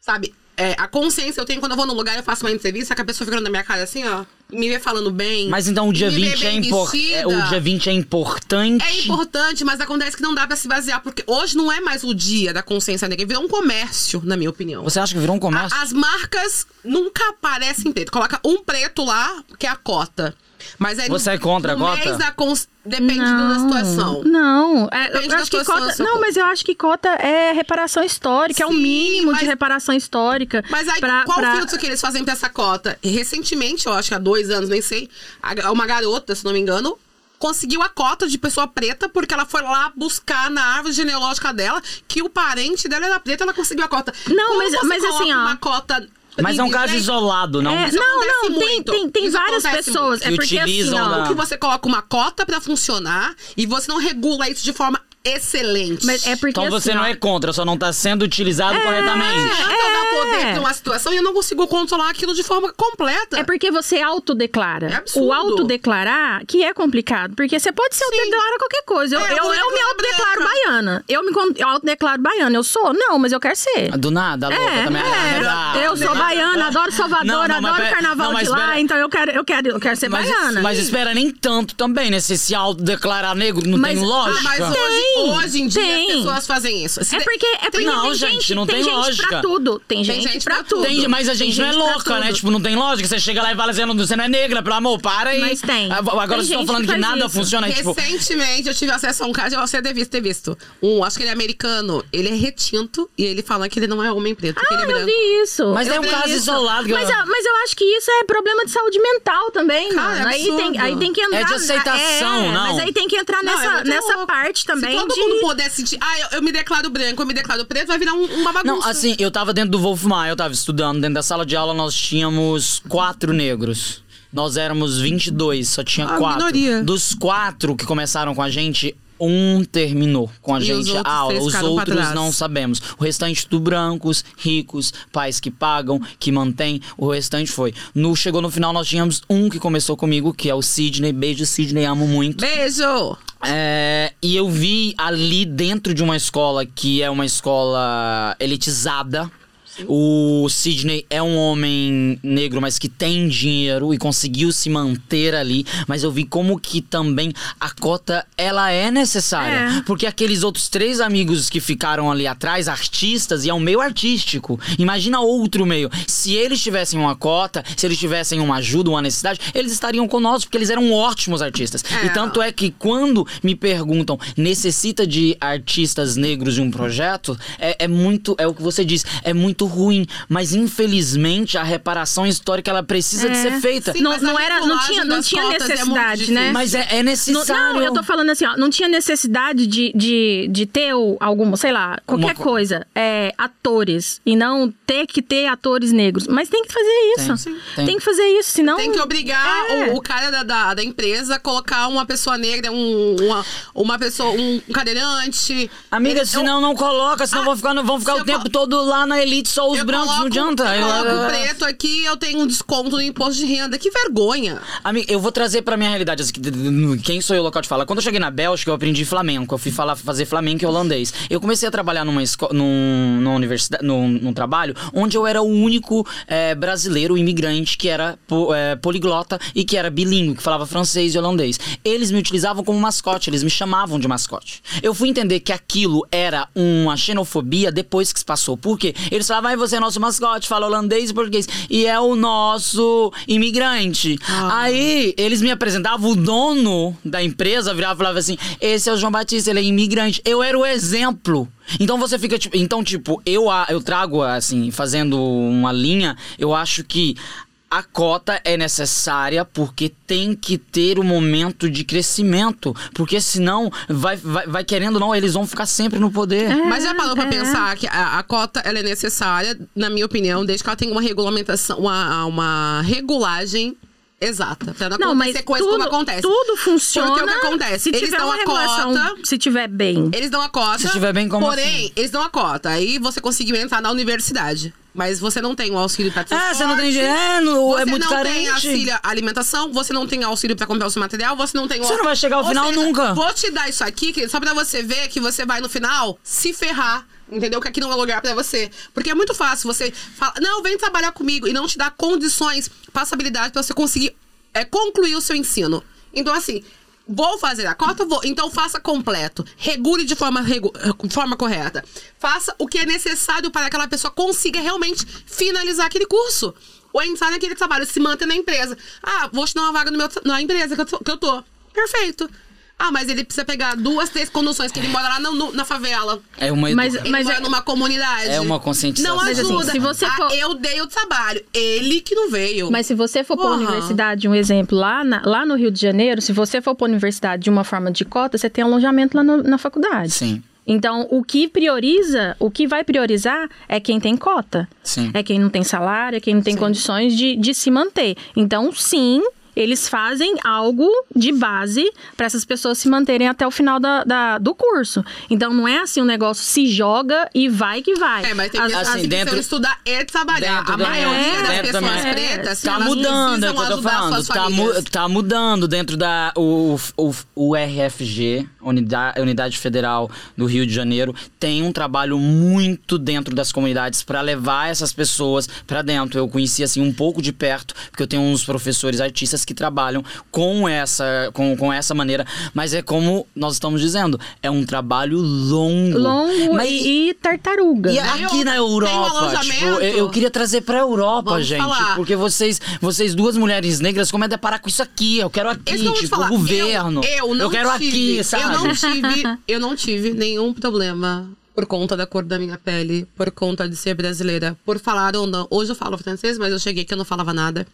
Sabe? É, a consciência eu tenho quando eu vou num lugar e eu faço uma entrevista, que a pessoa fica olhando na minha cara assim, ó, me vê falando bem.
Mas então o dia
me vê
20 é,
bem
impor... é, o
vestida.
dia 20 é importante.
É importante, mas acontece que não dá pra se basear, porque hoje não é mais o dia da consciência negra, virou um comércio, na minha opinião.
Você acha que virou um comércio?
A- As marcas nunca aparecem preto. Coloca um preto lá, que é a cota. Mas aí
Você é contra a
no
cota?
mês da cons- Depende da situação.
Não, é,
Depende
eu
da
acho que
situação,
cota.
seu
Não,
corpo.
mas eu acho que cota é reparação histórica, é o
Sim,
mínimo de
mas-
reparação histórica.
Mas aí,
pra,
qual
pra...
filtro que eles fazem pra essa cota? Recentemente, eu acho que há dois anos, nem sei, a- uma garota, se não me engano, conseguiu a cota de pessoa preta porque ela foi lá buscar na árvore genealógica dela que o parente dela era preto, ela conseguiu a cota.
Não,
Quando
mas-
você
mas
coloca
assim, ó.
uma cota né?
Mas é um caso
isolado.
isolado, não?
É,
Isso
não, não,
acontece
tem,
muito.
tem, tem
Isso
várias
acontece
pessoas.
muito.
É
Que
porque assim,
utilizam né?
ó,
da-
que você coloca uma cota pra funcionar e você não regula isso de forma excelente.
mas é porque
Então você
assim,
não
ó, É.
é contra, só não tá sendo utilizado corretamente.
Não adianta eu dar Então poder pra uma situação e eu não consigo controlar aquilo de forma completa.
É porque você autodeclara.
É absurdo.
o autodeclarar, que é complicado, porque você pode se autodeclarar qualquer coisa. Eu,
É, eu
eu, eu,
vou
me
declarar
autodeclaro
branca.
baiana. Eu me con- eu autodeclaro baiana. Eu sou? Não, mas eu quero ser.
Do nada, a louca
É,
Tá também.
é. eu sou baiana, adoro Salvador,
Não, não, mas
adoro
pera-
carnaval
não, mas
de lá,
pera-
então eu quero, eu quero, eu quero ser
Mas,
baiana.
mas espera nem tanto também, né? Se se autodeclarar negro, não
Mas-
tem lógica.
Ah, mas hoje,
Tem,
hoje em dia
tem.
as pessoas fazem isso. Se
É
de-
porque, é porque
Não,
tem
gente, não tem
gente
lógica.
pra tudo. Tem gente,
gente
pra
pra
tudo.
Tem- mas a gente, não é
gente pra
louca, né?
tudo.
Tipo, não tem lógica. Você chega lá e fala, você não, você não é negra, pelo amor, para aí.
Mas tem.
Agora
Tem
vocês
gente
estão falando
que
que,
faz
nada
isso.
funciona. é Tipo,
Recentemente eu tive acesso a um caso, você deve ter visto. Um, acho que ele é americano, ele é retinto e ele fala que ele não é homem preto, que ele é
Ah, eu
branco.
vi isso.
Mas
Eu
é um
vi
caso isolado,
Mas,
galera.
eu- mas eu acho que isso é problema de saúde mental também,
Cara,
mano.
é
aí, tem,
absurdo.
aí tem que entrar...
É de aceitação,
é,
não.
Mas aí tem que entrar
Não, é
nessa,
muito
nessa
louco.
parte também
Se todo
de...
mundo puder sentir, ah, eu, eu me declaro branco, eu me declaro preto, vai virar um, uma bagunça.
não, assim, eu tava dentro do Wolfmar, eu tava estudando. Dentro da sala de aula nós tínhamos quatro negros. Nós éramos 22, só tinha
Ah,
quatro.
minoria.
Dos quatro que começaram com a gente, um terminou com a
E os
gente a
outros
aula.
três
Os
ficaram pra
outros
trás.
não sabemos. O restante tudo brancos, ricos, pais que pagam, que mantêm. O restante foi. No, chegou no final, nós tínhamos um que começou comigo, que é o Sidney. Beijo, Sidney, amo muito.
Beijo!
É, e eu vi ali dentro de uma escola que é uma escola elitizada. O Sidney é um homem negro, mas que tem dinheiro e conseguiu se manter ali. Mas eu vi como que também a cota, ela é necessária.
É.
Porque aqueles outros três amigos que ficaram ali atrás, artistas, e é um meio artístico. Imagina outro meio. Se eles tivessem uma cota, se eles tivessem uma ajuda, uma necessidade, eles estariam conosco, porque eles eram ótimos artistas.
É.
E tanto é que quando me perguntam, necessita de artistas negros de um projeto, é, é muito, é o que você diz, é muito ruim. Mas infelizmente a reparação histórica ela precisa de
É.
ser feita.
Sim,
não,
mas a
não era, não
regulagem
tinha, não
das
tinha
cotas é muito
necessidade, né?
difícil.
Mas é, é
Não,
necessário.
não, eu tô falando assim, ó, não tinha necessidade de, de, de ter o- alguma, sei lá,
Uma
qualquer
co-
coisa, é, atores, e não ter que ter atores negros. Mas tem que fazer
Tem,
isso.
sim, tem.
Tem, que fazer isso, senão.
Tem que obrigar
É.
o, o cara da, da, da empresa a colocar uma pessoa negra, um, uma, uma pessoa, um cadeirante.
Amiga,
Eu-
senão não coloca, senão
Ah,
vão ficar, vão ficar
se
o
eu
tempo
co-
todo lá na elite, só os
eu
brancos, não
coloco-
adianta.
Eu
é.
coloco
Eu-
preto aqui, eu tenho um desconto no imposto de renda. Que vergonha.
Amiga, eu vou trazer pra minha realidade. assim, Quem sou eu local de fala? Quando eu cheguei na Bélgica, eu aprendi flamenco. Eu fui falar, fazer flamenco e holandês. Eu comecei a trabalhar numa escola, num, numa universidade, num, num trabalho, onde eu era o único eh, brasileiro imigrante que era po- eh, poliglota e que era bilíngue, que falava francês e holandês. Eles me utilizavam como mascote, eles me chamavam de mascote. Eu fui entender que aquilo era uma xenofobia depois que se passou. Por quê? Eles falavam, ah, você é nosso mascote, fala holandês e português. E é o nosso imigrante.
Ah.
Aí eles me apresentavam, o dono da empresa virava e falava assim: esse é o João Batista, ele é imigrante. Eu era o exemplo. Então você fica tipo. Então, tipo, eu, a- eu trago, assim, fazendo uma linha, eu acho que. A cota é necessária porque tem que ter um momento de crescimento. Porque senão, vai, vai, vai querendo ou não, eles vão ficar sempre no poder.
Mas já parou pra
é.
pensar que a, a cota ela é necessária, na minha opinião, desde que ela tenha uma regulamentação, uma, uma regulagem exata. Pra não,
Não, mas
acontecer coisa
tudo,
como acontece.
tudo funciona.
Porque o que acontece?
Se
Eles
tiver
dão
uma
a cota-
regulação, se tiver bem.
Eles dão a cota.
Uhum. Se estiver bem, como
Porém,
assim?
eles dão a cota. Aí você conseguiu entrar na universidade. Mas você não tem o auxílio pra
Ah,
transporte.
você não tem dinheiro, é, no- é
você
muito
não tem
carente.
auxílio alimentação, você não tem auxílio pra comprar o seu material, você não tem... o-
Você não vai chegar ao
Ou
final nunca.
Vou te dar isso aqui, querido, só pra você ver que você vai no final se ferrar. Entendeu? Que aqui não é lugar pra você. Porque é muito fácil você falar, não, vem trabalhar comigo e não te dar condições, passabilidade pra você conseguir é, concluir o seu ensino. Então, assim, vou fazer a cota, vou. Então, faça completo. Regule de forma, regu- forma correta. Faça o que é necessário para que aquela pessoa consiga realmente finalizar aquele curso. Ou entrar naquele trabalho, se manter na empresa. Ah, vou te dar uma vaga no meu tra- na empresa que eu tô- que eu tô. Perfeito. Ah, mas ele precisa pegar duas, três conduções, que ele mora lá na, no- na favela.
É uma
Mas-
educa-
Ele
Mas
mora
é-
numa comunidade.
É uma conscientização.
Não
Mas, assim,
ajuda.
se você for-
ah, eu dei o trabalho. Ele que não veio.
Mas se você for para
Porra.
universidade, um exemplo, lá, na- lá no Rio de Janeiro, se você for para universidade de uma forma de cota, você tem alojamento lá no- na faculdade.
Sim.
Então, o que prioriza, o que vai priorizar é quem tem cota.
Sim.
É quem não tem salário, é quem não tem condições de, de se manter. Então, sim, eles fazem algo de base para essas pessoas se manterem até o final da, da- do curso. Então, não é assim um negócio se joga e vai que vai.
É, mas tem
As-
pessoas
assim,
que
dentro-
precisam estudar e trabalhar.
dentro
A
da-
maioria
é,
das
dentro da
pessoas
minha-
pretas,
Tá
elas
mudando, é o
precisam
que eu tô
ajudar
falando.
suas
Tá,
famílias.
mu- tá mudando dentro da o, o, o RFG, Unidade, Unidade Federal do Rio de Janeiro, tem um trabalho muito dentro das comunidades pra levar essas pessoas pra dentro. Eu conheci assim um pouco de perto, porque eu tenho uns professores artistas que trabalham com essa com, com essa maneira, mas é como nós estamos dizendo, é um trabalho longo.
Longo
Mas-
e, e tartaruga.
e
né?
aqui na
tem
Europa,
um alojamento?
tipo, eu, eu queria trazer pra Europa,
Vamos
gente.
falar.
Porque vocês, vocês duas mulheres negras, como é deparar com isso aqui? Eu quero aqui,
Esse que eu vou te
tipo,
falar.
o governo.
Eu, eu não
quero
tive,
aqui, sabe?
Eu não tive, eu não tive nenhum problema por conta da cor da minha pele, por conta de ser brasileira, por falar ou não. Hoje eu falo francês, mas eu cheguei aqui eu não falava nada.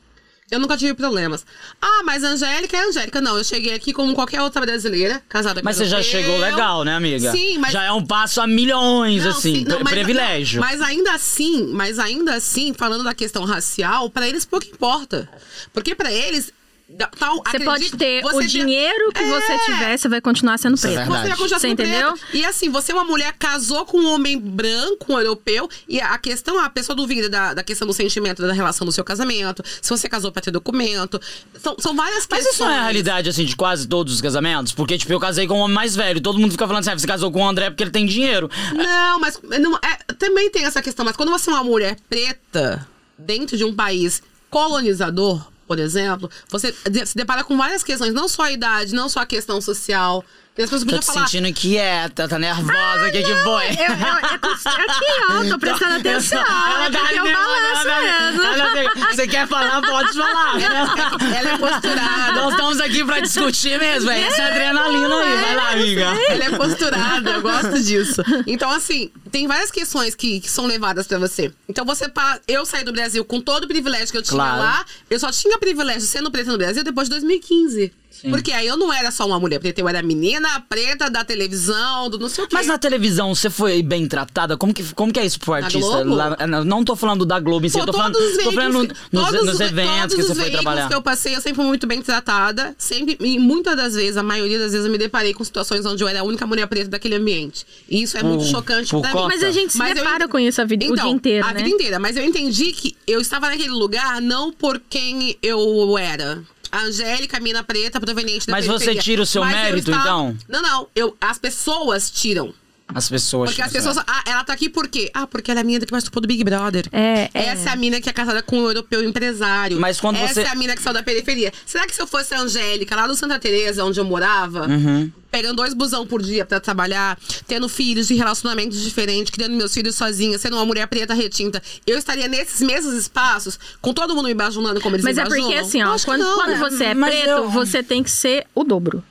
Eu nunca tive problemas. Ah, mas Angélica é Angélica. Não, eu cheguei aqui como qualquer outra brasileira, casada com
Mas você já
europeu.
chegou legal, né, amiga?
Sim, mas
Já é um passo a milhões,
não,
assim.
sim, não,
pri-
mas-
privilégio.
não, mas ainda assim, mas ainda assim, falando da questão racial, pra eles pouco importa. Porque pra eles da- tal.
Você pode
acredito,
ter
você É.
o
ter-
dinheiro que você tiver, você vai continuar sendo
Isso é
preto.
verdade.
Você vai continuar
Você
sendo
entendeu?
preta. E assim, você é uma mulher, casou com um homem branco, um europeu, e a questão, a pessoa duvida da, da questão do sentimento, da relação do seu casamento, se você casou pra ter documento. São, são várias
Mas
questões.
isso não é a realidade, assim, de quase todos os casamentos? Porque, tipo, eu casei com um homem mais velho. Todo mundo fica falando assim, ah, você casou com o André porque ele tem dinheiro.
Não, mas não, é, também tem essa questão. Mas quando você é uma mulher preta, dentro de um país colonizador, por exemplo, você de- se depara com várias questões, não só a idade, não só a questão social. E as pessoas
Tô
podiam
te
falar. Ah,
sentindo inquieta, tá nervosa, o que que foi?
Eu, eu, é cons- aqui, ó, tô prestando atenção.
Então, Ela
é
tá
um
porque eu
nervosa,
balanço
ela tá-
mesmo.
ela tem- Você quer falar, pode falar.
*laughs* Ela é
Nós
posturada.
estamos aqui pra discutir mesmo, é essa adrenalina aí. Vai lá, amiga.
Ela é posturada, eu gosto disso. Então, assim, tem várias questões que, que são levadas pra você. Então, você pa- eu saí do Brasil com todo o privilégio que eu tinha
Claro.
lá. Eu só tinha privilégio sendo preta no Brasil depois de 2015. Porque aí eu não era só uma mulher preta, eu era menina preta da televisão, do não sei o quê.
Mas na televisão, você foi bem tratada? Como que, como que é isso pro artista?
Globo?
Lá- é, não- não tô falando da Globo em si,
Pô,
Tipo assim, eu tô
todos
falando,
os
tô falando
veículos que-
nos,
todos
nos
os-
eventos que
todos
você
os
foi
veículos
trabalhar.
que eu passei, eu sempre fui muito bem tratada. Sempre, e muitas das vezes, a maioria das vezes, eu me deparei com situações onde eu era a única mulher preta daquele ambiente. E isso é muito
Por-
chocante
por
pra
conta-
mim.
Mas a gente se
Mas eu
depara
ent- Então,
com isso a vida, o dia inteiro,
a
né?
vida inteira. Mas eu entendi que eu estava naquele lugar não por quem eu era. A Angélica, mina preta, proveniente da
Mas você
periferia.
tira o seu
Mas eu
mérito,
estava-
então?
Não, não. Eu, as pessoas tiram.
As pessoas.
Porque
que
as
você- é.
pessoas. Ah, ela tá aqui por quê? Ah, porque ela é a mina que participou do Big Brother.
É, é.
Essa é a mina que é casada com um europeu empresário.
Mas quando
Essa
você-
é a mina que saiu da periferia. Será que se eu fosse a Angélica, lá no Santa Teresa, onde eu morava,
Uhum.
pegando dois busão por dia pra trabalhar, tendo filhos de relacionamentos diferentes, criando meus filhos sozinha, sendo uma mulher preta retinta, eu estaria nesses mesmos espaços, com todo mundo me bajulando como eles
Mas
me
é porque
bajulam?
assim, ó,
Acho que
quando,
não,
quando
né?
você é
Mas
preto,
eu-
você tem que ser o dobro.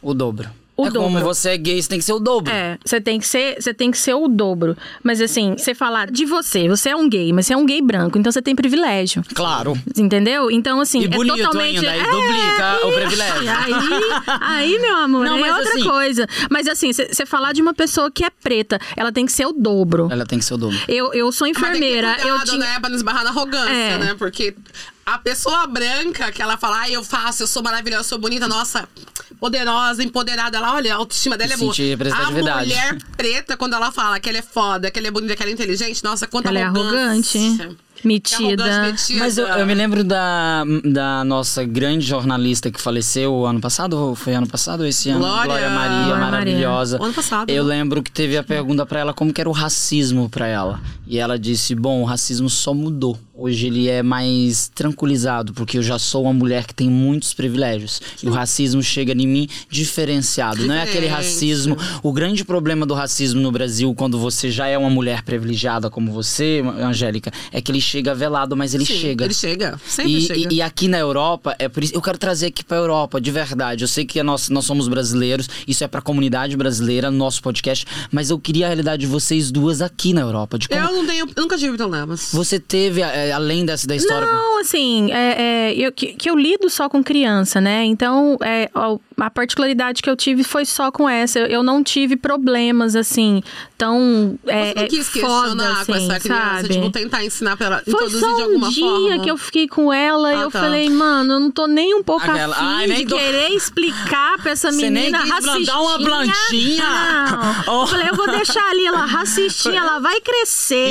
O dobro.
O
é como
dobro.
você é gay, você tem que ser o dobro.
É, você tem que ser, você tem que ser o dobro. Mas assim, você falar de você, você é um gay, mas você é um gay branco, então você tem privilégio.
Claro.
Entendeu? Então, assim,
E
é
bonito
totalmente.
ainda, aí
é,
duplica o
e-
privilégio.
Aí, aí,
*laughs*
meu amor,
Não,
é
mas
outra
assim-
coisa. Mas assim, você falar de uma pessoa que é preta, ela tem que ser o dobro.
Ela tem que ser o dobro.
Eu, eu sou
Mas tem que ter
enfermeira, eu
cuidado,
tinha.
né? Pra não esbarrar na arrogância,
É.
né? Porque a pessoa branca que ela fala, ah, eu faço, eu sou maravilhosa, eu sou bonita, nossa, poderosa, empoderada. Ela, olha, a autoestima dela é boa.
Sentir representatividade.
A mulher preta, quando ela fala que ela é foda, que ela é bonita, que ela é inteligente, nossa, quanta
Ela é
arrogância. Que
arrogante,
é arrogante,
metida.
metida.
Mas eu, eu me lembro da, da nossa grande jornalista que faleceu ano passado, ou foi ano passado ou esse ano? Maria,
Glória-
Glória Maria.
maravilhosa.
Ano passado,
Eu
né?
lembro que teve a pergunta pra ela como que era o racismo pra ela. E ela disse: "Bom, o racismo só mudou. Hoje ele é mais tranquilizado, porque eu já sou uma mulher que tem muitos privilégios. E o racismo chega em mim diferenciado, não é aquele
Diferente.
racismo. O grande problema do racismo no Brasil quando você já é uma mulher privilegiada como você, Angélica, é que ele chega velado, mas ele
Sim,
chega.
Ele chega, sempre
E,
chega.
e- e aqui na Europa, é por isso, eu quero trazer aqui pra Europa, de verdade. Eu sei que a nossa- nós somos brasileiros, isso é pra comunidade brasileira, nosso podcast, mas eu queria a realidade de vocês duas aqui na Europa. De como
Eu não tenho, eu nunca tive problemas.
você teve, é, além dessa da história. *laughs*
Não, assim, é, é, eu, que, que eu lido só com criança, né? Então, é, ó, a particularidade que eu tive foi só com essa. Eu, eu não tive problemas, assim, tão.
Você
É,
não
é,
quis
foda,
questionar com
assim,
essa criança,
sabe?
tipo, tentar ensinar pra ela
Foi
introduzir de
só um
alguma
dia
forma.
que eu fiquei com ela e
Ah,
eu
tá.
falei, mano, eu não tô nem um pouco
Aquela,
afim
"Ai, nem
de
tô-"
querer explicar
*laughs*
pra essa
Você nem
menina
quis
racistinha.
plantar uma plantinha?
Não.
Oh.
Eu falei, eu vou deixar ali ela racistinha, ela
*laughs*
vai crescer
E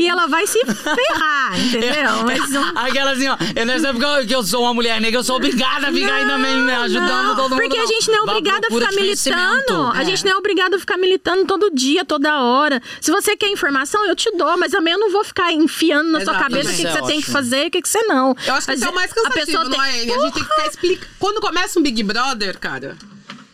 e
ela-
ela, vai se
*laughs*
ferrar, entendeu? Mas não...
Aquela assim, ó, eu não sei porque eu sou uma mulher negra, eu sou obrigada a ficar aí também né, ajudando
não,
todo mundo.
Porque a gente não é
Vá à
obrigada a
procura
ficar
de conhecimento.
militando. A gente não é obrigada a ficar militando todo dia, toda hora. Se você quer informação, eu te dou, mas também eu não vou ficar enfiando na sua
Exato,
cabeça o
isso
que, que
é
você tem que
ótimo.
fazer, o que, que você não.
Eu acho que
Mas
isso é o mais
a
cansativo,
pessoa
não
tem-
é? A gente tem que ficar explicando. Quando começa um Big Brother, cara,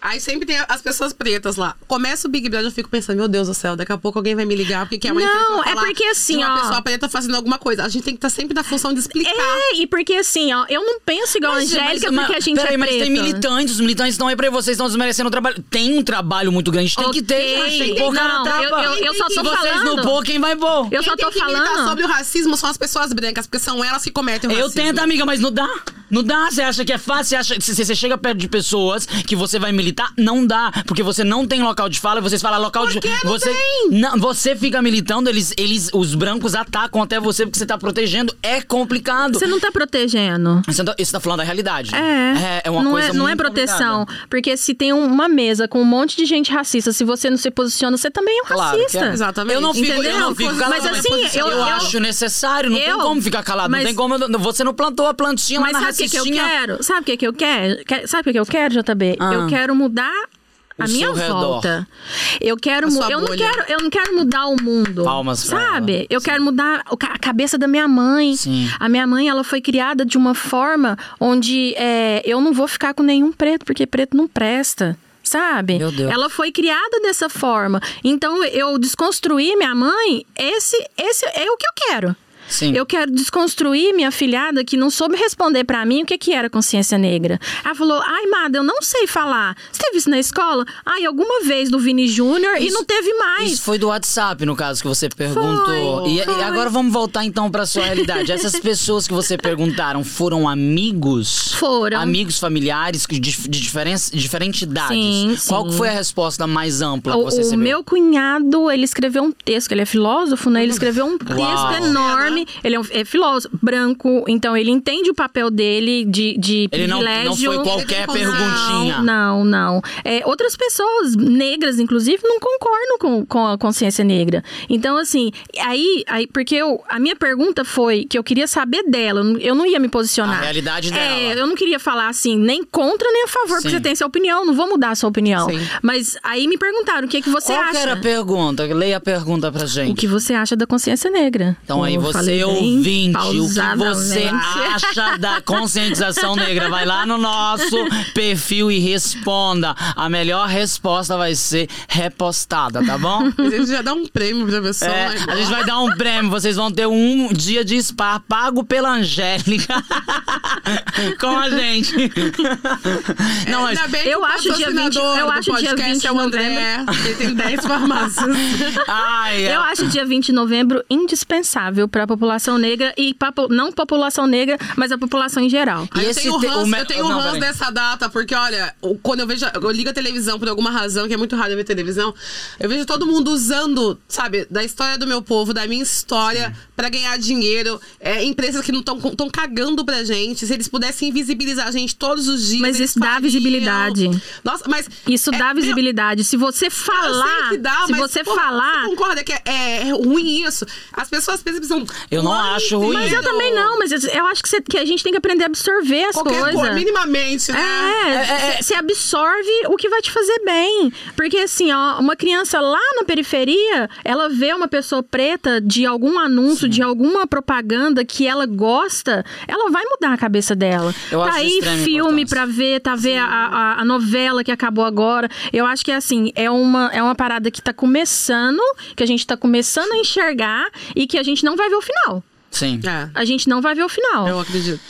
aí sempre tem as pessoas pretas lá. Começa o Big Brother, eu fico pensando, meu Deus do céu, daqui a pouco alguém vai me ligar porque quer uma
Não,
entrevista pra
é
falar
porque assim,
de uma
ó.
pessoa preta fazendo alguma coisa. A gente tem que estar sempre na função de explicar.
É, e porque assim, ó, eu não penso igual
Mas,
a Angélica
mas,
porque a gente
peraí,
é
mas
preto.
tem militantes, os militantes não é pra vocês, estão desmerecendo o trabalho. Tem um trabalho muito grande, tem que ter,
Ok,
gente, tem que pôr cara a
não,
tapa.
eu- eu- eu só
Se
tô
vocês não
falando.
pôr, quem vai pôr?
Eu
Quem
só
tem
tô
que militar
falando.
sobre o racismo são as pessoas brancas, porque são elas que cometem o
Eu
racismo.
tento, amiga, mas não dá. Não dá, você acha que é fácil, você, acha, se- se você chega perto de pessoas que você vai militar, não dá, porque você não tem local de fala, e vocês falam local de
que não
você
tem?
Não, você fica militando, eles eles os brancos atacam até você porque você tá protegendo, é complicado.
Você não tá protegendo.
Você tá, você tá falando da realidade.
É.
É, é uma
não
coisa
é, Não é
muito
proteção.
complicada.
Porque se tem um- uma mesa com um monte de gente racista, se você não se posiciona, você também é um
Claro que
racista.
é.
Exatamente.
Eu não fico, eu
Entendeu?
não fico calado.
Mas assim, eu- eu-
acho necessário, não tem
eu-
como ficar calado, não
mas-
tem como, eu- você não plantou a plantinha
Mas
lá na
sabe o que, que eu
racistinha.
quero? Sabe o que, que eu quero? Que- Sabe o que, que eu quero, JB?
Ah.
Eu quero mudar a
O
minha
seu redor.
volta. Eu quero,
A
mu-
sua
eu não
bolha.
quero, eu não quero mudar o mundo.
Palmas pra ela.
sabe? Eu quero mudar o ca- a cabeça da minha mãe.
Sim.
A minha mãe, ela foi criada de uma forma onde é, eu não vou ficar com nenhum preto, porque preto não presta. Sabe?
Meu Deus.
Ela foi criada dessa forma. Então eu desconstruí minha mãe, esse esse é o que eu quero.
Sim.
Eu quero desconstruir minha filhada que não soube responder pra mim o que, que era consciência negra. Ela falou: ai, Mada, eu não sei falar. Você teve isso na escola? Ai, alguma vez do Vini Júnior e
Isso-
não teve mais.
Isso foi do WhatsApp, no caso, que você perguntou. e, e
foi.
agora vamos voltar então pra sua realidade. Essas pessoas que você perguntaram foram amigos?
Foram.
Amigos familiares que de, de diferentes, diferentes idades.
Sim,
Qual
sim.
que foi a resposta mais ampla que
O,
você
o
recebeu?
meu cunhado, ele escreveu um texto, ele é filósofo, né? Ele escreveu um texto
Uhum. Uau.
enorme. Ele é, um, é filósofo, branco, então ele entende o papel dele de, de
Ele não,
privilégio. é
não foi qualquer
Não,
perguntinha.
Não, não. É, outras pessoas negras, inclusive, não concordam com, com a consciência negra. Então, assim, aí, aí porque eu, a minha pergunta foi que eu queria saber dela, eu não- eu não ia me posicionar.
A realidade dela.
É, eu não queria falar assim, nem contra nem a favor,
Sim.
porque você tem sua opinião, não vou mudar a sua opinião.
Sim.
Mas aí me perguntaram, o que, é que você
Qual que
acha?
era a pergunta? Leia a pergunta pra gente.
O que você acha da consciência negra?
Então aí
Eu
você
falei bem né?"
ouvinte, o que
pausadamente.
você acha da conscientização negra? Vai lá no nosso perfil e responda. A melhor resposta vai ser repostada, tá
*laughs*
bom?
A gente já dá um prêmio pra pessoa.
É,
né?
a gente vai dar um prêmio, vocês vão ter um dia de spa pago pela Angélica *laughs* com a
*laughs*
gente. Não, mas
Ainda bem
Eu
que o
acho dia 20,
patrocinador
eu
do
acho dia
podcast
20
é o André. Ele tem 10 farmácias.
*laughs*
ai,
É.
é,
Eu acho dia 20 de novembro indispensável para a população negra e pra po- não população negra, mas a população em geral.
E
Aí eu
esse
tenho
te-
ranço,
o me-
eu tenho
não,
ranço
peraí.
dessa data, porque olha, o- quando eu vejo, eu ligo a televisão por alguma razão, que é muito raro eu ver televisão, eu vejo todo mundo usando, sabe, da história do meu povo, da minha história, pra ganhar dinheiro. É, empresas que não estão tão cagando pra gente. Se eles pudessem visibilizar a gente todos os dias.
Mas
eles
isso dá
fariam.
visibilidade.
Nossa, mas.
Isso
é,
dá
meu,
visibilidade. Se você
eu sei
falar,
que dá,
se
mas,
você
porra,
falar,
Você concorda que é, é ruim isso? As pessoas pensam que são.
Eu não
Ai,
acho ruim.
mas eu também não, mas eu- eu acho que, você- que a gente tem que aprender a absorver as
Qualquer
coisas.
coisa, minimamente, né?
É, você absorve o que vai te fazer bem. Porque assim, ó, uma criança lá na periferia, ela vê uma pessoa preta de algum anúncio, de alguma propaganda que ela gosta, ela vai mudar a cabeça dela.
Eu
tá
acho de
aí
extrema
filme
importância.
pra ver, tá ver a, a- a novela que acabou agora. Eu acho que assim, é uma, é uma parada que tá começando, que a gente tá começando a enxergar e que a gente não vai ver o final.
Sim.
É,
A gente não vai ver o final.
eu acredito.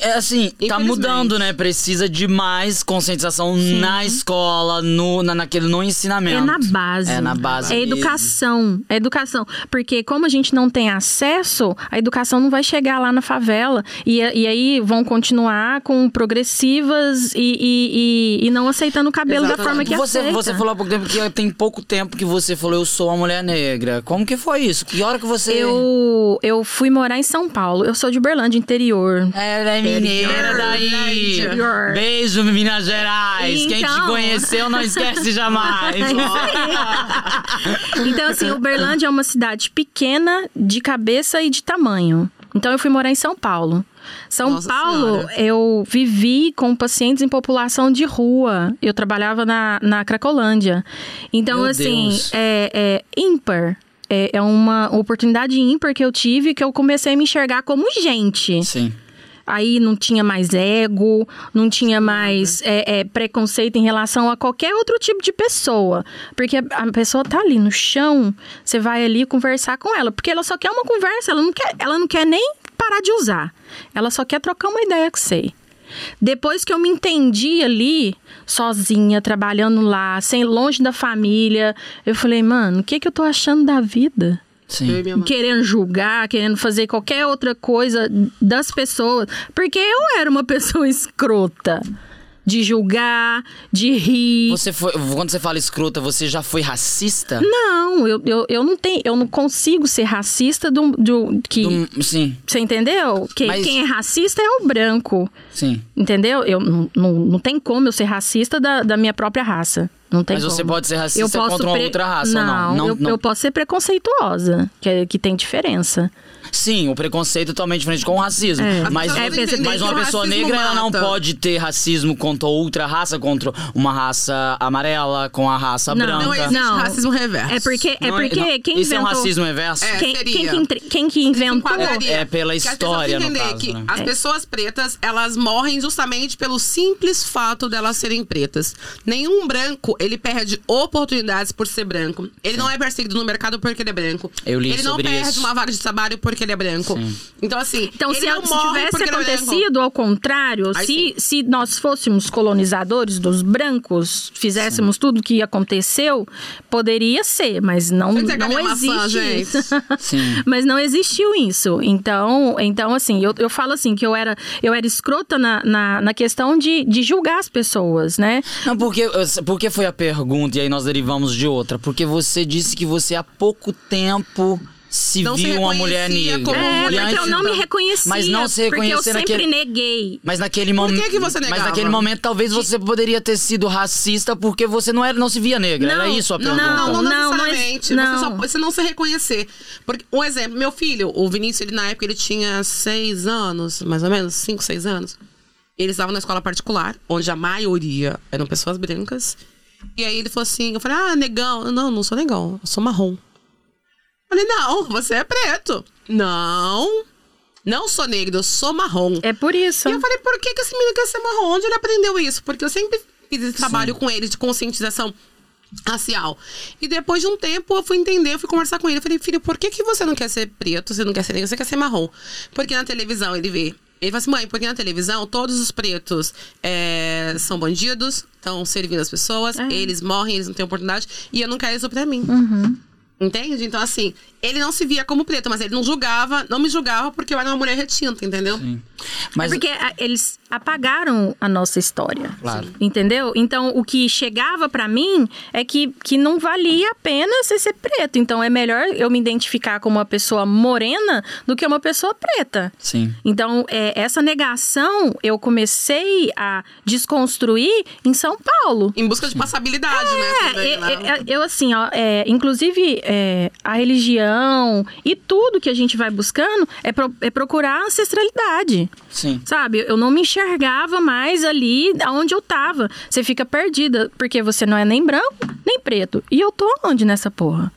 É assim, tá
Infelizmente.
mudando, né? Precisa de mais conscientização na escola, no, na, naquele, no ensinamento.
É na base.
É na base.
É
mesmo.
educação. É educação. Porque como a gente não tem acesso, a educação não vai chegar lá na favela. E, a- e aí vão continuar com progressivas e, e- e- e não aceitando o cabelo da
Exatamente.
forma é que
Você,
aceita.
você falou assim. há pouco tempo que tem pouco tempo que você falou eu sou uma mulher negra. Como que foi isso? Que hora que você.
Eu, eu fui morar em São Paulo. Eu sou de Uberlândia, interior.
Ela é mineira
Interior.
daí.
Interior.
Beijo, Minas Gerais. Quem te
Então.
conheceu não esquece
*laughs*
jamais.
Então, assim, Uberlândia é uma cidade pequena, de cabeça e de tamanho. Então, eu fui morar em São Paulo. São
Nossa
Paulo,
Senhora.
eu vivi com pacientes em população de rua. Eu trabalhava na, na Cracolândia. Então,
Meu
assim,
Deus.
é, é ímpar. É, é uma oportunidade ímpar que eu tive que eu comecei a me enxergar como gente.
Sim.
Aí não tinha mais ego, não tinha mais é, é, preconceito em relação a qualquer outro tipo de pessoa. Porque a- a pessoa tá ali no chão, você vai ali conversar com ela. Porque ela só quer uma conversa, ela não quer, ela não quer nem parar de usar. Ela só quer trocar uma ideia com você. Depois que eu me entendi ali, sozinha, trabalhando lá, sem longe da família, eu falei, mano, o que, que eu tô achando da vida?
Sim.
Eu e minha mãe.
querendo julgar, querendo fazer qualquer outra coisa das pessoas. Porque eu era uma *laughs* pessoa escrota. De julgar, de rir.
Você foi, quando você fala escrota, você já foi racista?
Não, eu, eu, eu não tenho, eu não consigo ser racista do, do que.
Do- sim,
Você entendeu? Que,
Mas-
Quem é racista é o branco.
sim.
Entendeu? Eu, não, não, não tem como eu ser racista da, da minha própria raça. Não tem
Mas você
como.
pode ser racista
Eu posso
contra uma
pre-
outra raça ou não?
não,
Não,
eu,
não.
eu posso ser preconceituosa, que, é- que tem diferença.
Sim, o preconceito é totalmente diferente com o racismo.
É.
Mas,
As
Então,
pessoas
mas
entendem que
uma
o
pessoa
racismo
negra ela não
mata.
pode ter racismo contra outra raça, contra uma raça amarela, com a raça
Não,
branca.
Não existe
Não.
racismo reverso.
É porque, é
Não
porque
não.
quem
Isso é um
inventou...
racismo reverso?
É.
Quem,
seria.
quem que entre- quem que inventou...
Enquadraria.
É, pela
Porque as
história, no
pessoas têm um que entender
caso,
que
né?
É.
as pessoas pretas, elas morrem justamente pelo simples fato delas serem pretas. Nenhum branco, ele perde oportunidades por ser branco. Ele não é perseguido no mercado porque ele é branco.
Eu li
Ele não
sobre
perde
isso.
uma vaga de trabalho porque ele é branco. Então, assim,
Então,
ele
se,
não
se
morre
tivesse
porque ele é branco.
acontecido ao contrário,
Aí
se, se nós fôssemos colonizadores dos brancos, fizéssemos tudo que aconteceu, poderia ser, mas não,
Deixa eu pegar minha
não existe
maçã,
isso. *laughs*
gente.
Sim.
Mas não existiu isso. Então, então assim, eu, eu falo assim que eu era, eu era escrota na, na, na questão de, de julgar as pessoas, né?
Não, porque, porque foi a pergunta e aí nós derivamos de outra. Porque você disse que você há pouco tempo se
Não se
viu uma mulher
reconhecia
negra.
como
E
E
É, porque
antes-
eu não me
então,
reconhecia.
Mas não se
Porque eu
reconhecer
sempre
naquele...
neguei.
Mas naquele
que
momento.
que você
Mas
negava?
naquele momento, talvez você poderia ter sido racista porque você não, era, não se via negra. era isso a
não,
pergunta.
Não, não,
Não, não
necessariamente. Você,
é- não.
só, você não se reconhecer. Porque, um exemplo, meu filho, o Vinícius, ele, na época, ele tinha seis anos, mais ou menos, cinco, seis anos. Ele estava na escola particular, onde a maioria eram pessoas brancas. E aí ele falou assim, eu falei, ah, negão. Eu, Não, não sou negão, eu sou marrom. Eu falei, não, você é preto. Não, não sou negro, eu sou marrom.
É por isso.
E eu falei, por que, que esse menino quer ser marrom? Onde ele aprendeu isso? Porque eu sempre fiz esse trabalho com ele de conscientização racial. E depois de um tempo eu fui entender, eu fui conversar com ele. Eu falei, filho, por que, que você não quer ser preto? Você não quer ser negro, você quer ser marrom. Porque na televisão ele vê. Ele fala assim, mãe, porque na televisão todos os pretos eh, são bandidos, estão servindo as pessoas, eles morrem, eles não têm oportunidade, e eu não quero isso pra mim. Entende? Então, assim, ele não se via como preto, mas ele não julgava, não me julgava porque eu era uma mulher retinta, entendeu?
Mas
É porque a- eles apagaram a nossa história.
Claro.
Entendeu? Então, o que chegava pra mim é que, que não valia a pena você ser preto. Então, é melhor eu me identificar como uma pessoa morena do que uma pessoa preta.
Sim.
Então, é, essa negação eu comecei a desconstruir em São Paulo.
Em busca de passabilidade, né?
É,
também, né?
é, é, eu assim, ó, é, inclusive é, a religião e tudo que a gente vai buscando é, pro- é procurar a ancestralidade.
Sim.
Sabe, eu não me enxergava mais ali onde eu tava. Você fica perdida, porque você não é nem branco, nem preto. E eu tô aonde nessa porra?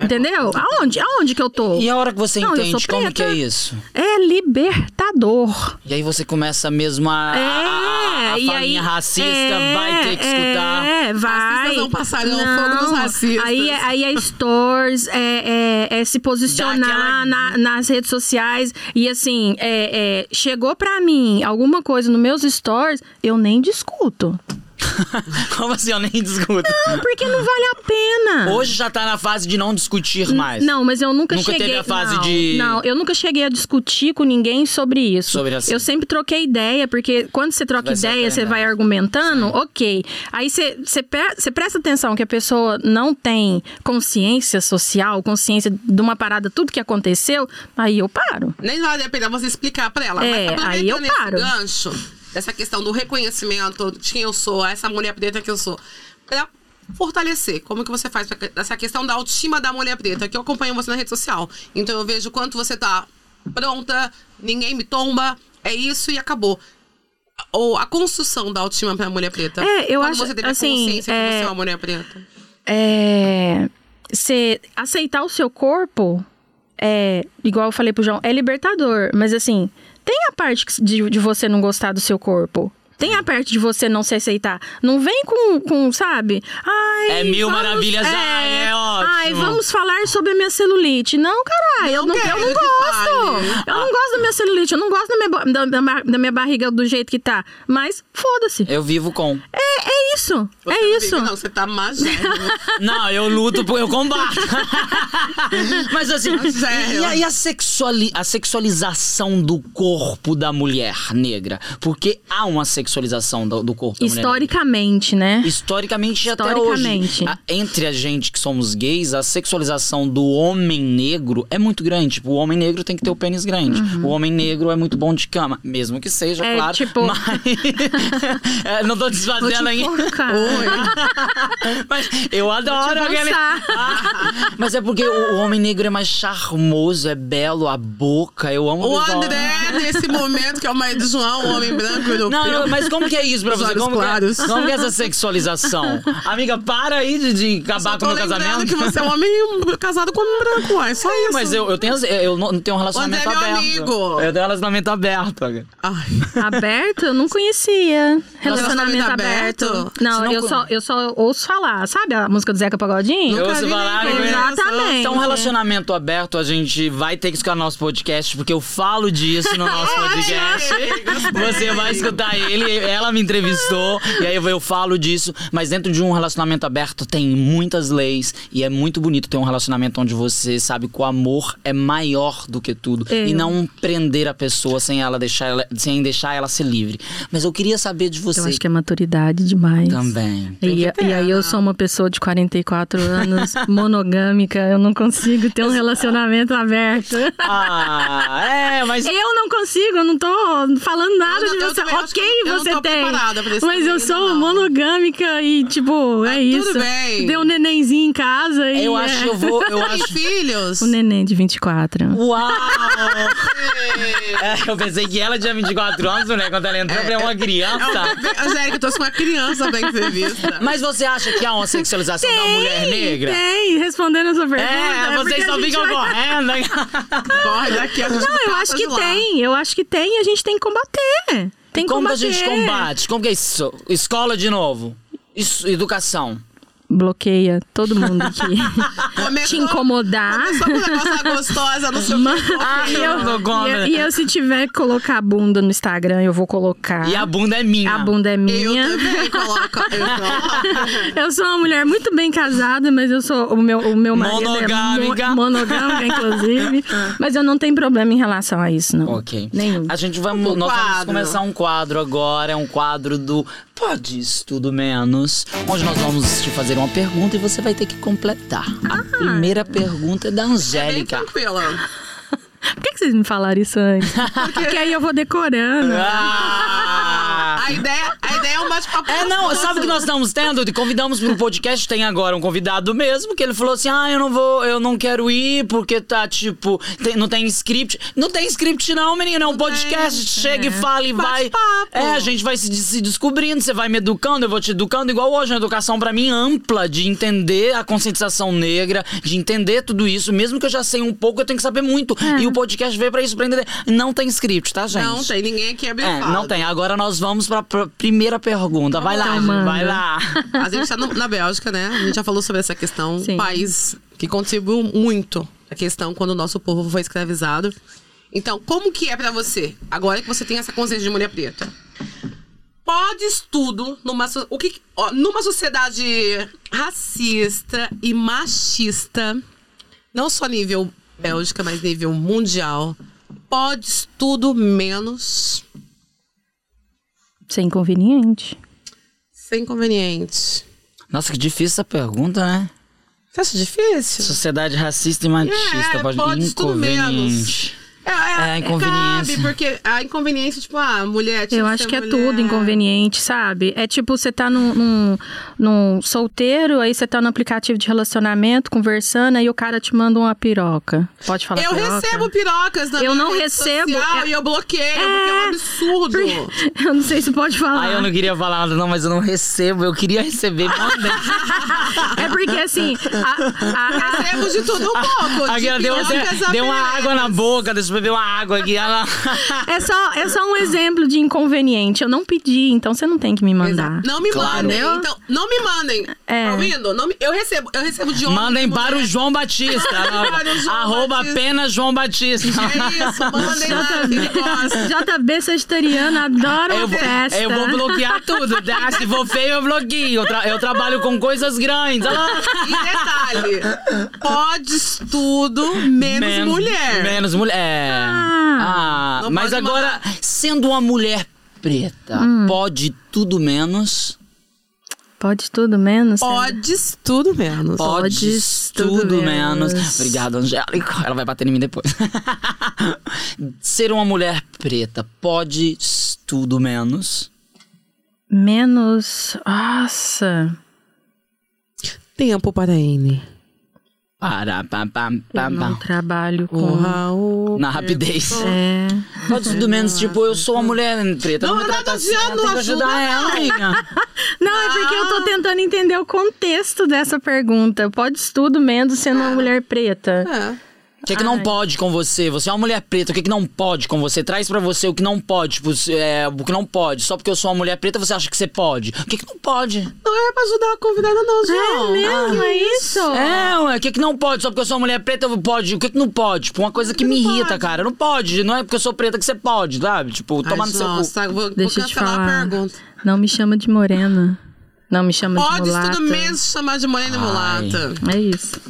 Entendeu? Aonde? Aonde que eu tô?
É, E a hora que você
Não, eu sou
entende como
preta.
que é isso?
É libertador.
E aí você começa mesmo a,
É,
a, a- a,
e aí-
falinha racista,
é,
vai ter que escutar. *laughs*
É, vai.
Racistas não passarão o fogo dos racistas.
Aí, é- aí é stores, é, é- é
Dá
se
aquela-
posicionar na- nas redes sociais. E assim, é- é, chegou pra mim alguma coisa nos meus stories, eu nem discuto.
Como assim? Eu nem discuto.
Não, porque não vale a pena.
Hoje já tá na fase de não discutir mais.
Não, mas eu nunca,
Nunca teve
cheguei.
a fase
não,
de-
Não, eu nunca cheguei a discutir com ninguém sobre isso.
Sobre assim.
Eu sempre troquei ideia, porque quando você troca
Vai se
ideia, você
aprendendo.
vai argumentando, ok. Aí você, você, pe- você presta atenção que a pessoa não tem consciência social, consciência de uma parada, tudo que aconteceu, aí eu paro.
Nem vale a pena você explicar pra ela.
É,
mas
aí eu
aproveitando esse
paro.
gancho, dessa questão do reconhecimento de quem eu sou, essa mulher preta que eu sou. Pra fortalecer, como que você faz pra- essa questão da autoestima da mulher preta, que eu acompanho você na rede social. Então eu vejo o quanto você tá pronta, ninguém me tomba, é isso e acabou. Ou a construção da autoestima pra mulher preta.
É, eu
Quando
acho,
você teve a
assim,
consciência que
é-
você é uma mulher preta.
é, você aceitar o seu corpo é igual eu falei pro João, é libertador, mas assim, tem a parte que- de, de você não gostar do seu corpo. Tem a parte de você não se aceitar. Não vem com, com sabe? Ai,
É mil maravilhas, ai, é ótimo.
Ai, vamos falar sobre a minha celulite. Não, caralho, eu não, eu não
quero que
gosto.
fale.
Eu
Ah.
não gosto da minha celulite, eu não gosto da minha, ba- da- da, da minha barriga do jeito que tá. Mas foda-se.
Eu vivo com.
É, É, é isso.
Você
é
não
isso.
vive, não, você tá magérrimo.
Não, eu luto, por- eu
*laughs*
combato. Mas assim,
Mas é,
e, e a,
eu-
e a sexuali- a sexualização do corpo da mulher negra? Porque há uma sexualização do, do corpo da mulher negra.
Historicamente, né?
Historicamente, e
Historicamente.
até hoje. a- entre a gente que somos gays, a sexualização do homem negro é muito grande. Tipo, o homem negro tem que ter o pênis grande.
Uhum.
O homem negro é muito bom de cama. Mesmo que seja,
É,
claro.
tipo-
Mas... *laughs* É, não tô
Vou te
desfazendo ainda.
enforcar.
Mas eu adoro
Vou te
aquele-
avançar.
Ah, Mas é porque o, o homem negro é mais charmoso, é belo, a boca. Eu amo
*laughs* O
visual.
André, nesse momento, que é o marido do João, um homem branco europeu.
Não, não, mas como que é isso pra
Os
você?
olhos
Como que, é,
claros.
como que é essa
*laughs*
sexualização? Amiga, para aí de, de
Só
acabar com
tô
o meu
lembrando
casamento.
que você é um homem casado com um homem branco, uai. Só isso.
Mas eu, eu, tenho, eu não não tenho um relacionamento
André é meu
aberto.
amigo.
Eu tenho um relacionamento aberto. amiga.
Ai.
Aberto? Eu não conhecia. Relacionamento
Relacionamento
aberto.
aberto?
Não,
Você não
eu,
con-
só, eu só ouço falar. Sabe a música do Zeca Pagodinho?
Eu
Nunca
ouço
vi
falar,
ninguém.
né?
É,
Exatamente.
Então, um relacionamento aberto, a gente vai ter que escutar nosso podcast, porque eu falo disso no nosso podcast. Você vai escutar ele, ela me entrevistou, e aí eu- eu falo disso. Mas dentro de um relacionamento aberto tem muitas leis, e é muito bonito ter um relacionamento onde você sabe que o amor é maior do que tudo. E
Eu.
não prender a pessoa sem ela deixar ela, sem deixar ela ser livre. Mas eu queria saber de
Eu
você
acho que é maturidade demais.
também.
E, e
né?
aí eu sou uma pessoa de 44
*laughs*
anos, monogâmica, eu não consigo ter um relacionamento aberto.
Ah, é, mas
*laughs* Eu não consigo, eu não tô falando nada
Eu não-
de
eu
você.
também acho que
ok,
eu não
você
tô
tem.
preparada pra esse
Mas eu
menino,
sou
não.
monogâmica e, tipo, é
tudo
isso.
bem.
Deu um nenenzinho em casa e. é
eu acho que eu vou. Eu
Tem
acho
filhos?
*laughs* O neném de 24.
Uau! É, eu pensei que ela tinha 24 anos, né? Quando ela entrou, ela é uma criança.
Angélica, eu tô com uma criança pra entrevista.
Mas você acha que há uma sexualização da mulher negra?
Tem, respondendo a sua pergunta.
É,
porque
vocês
a
só
gente
ficam
vai-
correndo.
Corre daqui, a gente tá
Não, eu
passa
acho
de
que
lá.
tem. Eu acho que tem e a gente tem que combater. Tem que
Como que a
combater.
gente combate? Como que é isso? Escola de novo. Isso, educação.
Bloqueia todo mundo aqui.
*laughs*
Te
Começou-
incomodar.
Começou com o negócio da gostosa, não sei o que.
Ah,
E eu,
eu não
e eu-
como.
e eu, se tiver que colocar a bunda no Instagram, eu vou colocar.
E a bunda é minha.
A bunda é
Eu
minha.
também coloco. Eu coloco.
Eu sou uma mulher muito bem casada, mas eu sou o meu o meu marido
Monogâmica.
é mo- monogâmica
*laughs*
inclusive, mas eu não tenho problema em relação a isso, não.
Ok.
Nenhum.
A gente vai. mu-
Um
nós vamos
quadro.
começar um quadro agora. É um quadro do Pode Isso Tudo Menos. Onde nós vamos te fazer uma pergunta e você vai ter que completar. A primeira pergunta é da
Bem
Angélica.
tranquila.
Por que, que vocês me falaram
*laughs*
isso antes? Porque aí eu vou decorando.
Ah!
A ideia, a ideia é um bate-papo.
É, não,
gostoso.
sabe o que nós estamos tendo? E Convidamos pro podcast, tem agora um convidado mesmo, que ele falou assim: ah, eu não vou, eu não quero ir, porque tá tipo, tem- não tem script. Não tem script, não, menina, é um podcast. Chega e fala e vai.
né? papo.
É, a gente vai se, de- se descobrindo, você vai me educando, eu vou te educando, igual hoje, uma educação pra mim ampla de entender a conscientização negra, de entender tudo isso. Mesmo que eu já sei um pouco, eu tenho que saber muito. E o podcast veio pra isso, pra entender. Não tem script, tá, gente?
É. Não tem ninguém aqui abrindo.
É, não tem. Agora nós vamos pra pr- primeira pergunta. Vai lá,
Então,
gente, vai
manda.
lá.
A gente tá no- na Bélgica, né? A gente já falou sobre essa questão.
Sim.
Um país que contribuiu muito a questão quando o nosso povo foi escravizado. Então, como que é pra você, agora que você tem essa consciência de mulher preta? Podes tudo numa, so- o que, ó, numa sociedade racista e machista, não só nível Bélgica, mas nível mundial. Podes tudo menos
é
Sem inconveniente.
sem inconveniente.
Nossa, que difícil essa pergunta, né?
Você acha difícil?
Sociedade racista e machista.
É,
pode...
pode tudo
Inconveniente.
É, é,
É, inconveniência.
Cabe, porque a inconveniência, tipo, ah, mulher... tinha
Eu acho
ser
que é
mulher.
tudo inconveniente, sabe? É tipo, você tá num, num, num solteiro, aí você tá no aplicativo de relacionamento, conversando, aí o cara te manda uma piroca. Pode falar
Eu
piroca? *laughs*
recebo pirocas na
Eu
minha
não
rede
recebo,
social
é-
e eu bloqueio, porque é um absurdo.
Eu não sei se pode falar.
Ah, eu não queria falar nada, não, mas eu não recebo. Eu queria receber.
*laughs*
mandem.
É porque assim. a- a- a-
Recebo de tudo um pouco.
Aquela
de
*laughs* deu, até-
pirocas a
deu uma
piretas.
água na boca, deixa eu beber uma água aqui.
*laughs*
Ela...
É só, é só um exemplo de inconveniente. Eu não pedi, então você não tem que me mandar.
Exato. Não me
Claro.
mandem. Então, não me mandem.
É.
Tá ouvindo? Não me- eu recebo, eu recebo de homem.
Mandem
de
para o
mulher.
João Batista.
*laughs* Para o João
arroba
Batista.
apenas João Batista.
É isso, mandem lá, que ele
*laughs*
gosta.
JB Sagitariano
*laughs*
adora
Eu
uma
vou,
festa.
eu vou bloquear tudo. tá? Se for feio, eu bloqueio. Eu, tra- eu trabalho com coisas grandes. Ah,
E detalhe, podes tudo menos, mulher.
Menos mulher. É. Ah,
Não
mas
pode
agora, sendo uma mulher preta,
Hum.
pode tudo menos.
Pode tudo menos?
Podes tudo menos.
Pode
Podes
tudo,
tudo
menos.
menos.
Obrigado, Angélica. Ela vai bater em mim depois. *laughs* Ser uma mulher preta pode tudo menos.
Menos. Nossa.
Tempo para N.
Para, pam, pam,
Eu
pam,
não
pam.
trabalho com.
O Raul.
Na rapidez.
É.
Pode tudo menos, tipo, eu sou uma mulher preta.
Não,
me
eu não tô
trata assim,
dizendo,
tem que
ajuda
ajudar ela, amiga.
Não, é porque eu tô tentando entender o contexto dessa pergunta. Pode tudo menos sendo uma mulher preta.
É.
O que, que não pode com você? Você é uma mulher preta, o que, que não pode com você? Traz pra você o que não pode, tipo, se- é, o que não pode. Só porque eu sou uma mulher preta, você acha que você pode. O que, que não pode?
Não é pra ajudar a convidada, não, João.
É mesmo, é isso?
É, ué, o que, que não pode? Só porque eu sou uma mulher preta, eu pode. O que, que não pode? Tipo, uma coisa que me irrita, cara. Não pode. Não é porque eu sou preta que você pode, sabe? Tipo,
Ai,
toma no seu
João,
cu.
tá, vou, vou
Deixa eu te
cancelar a
falar.
pergunta.
Não me chama de morena. Não me chama de
Podes
mulata.
tudo menos chamar de morena e
Ai.
mulata.
É isso.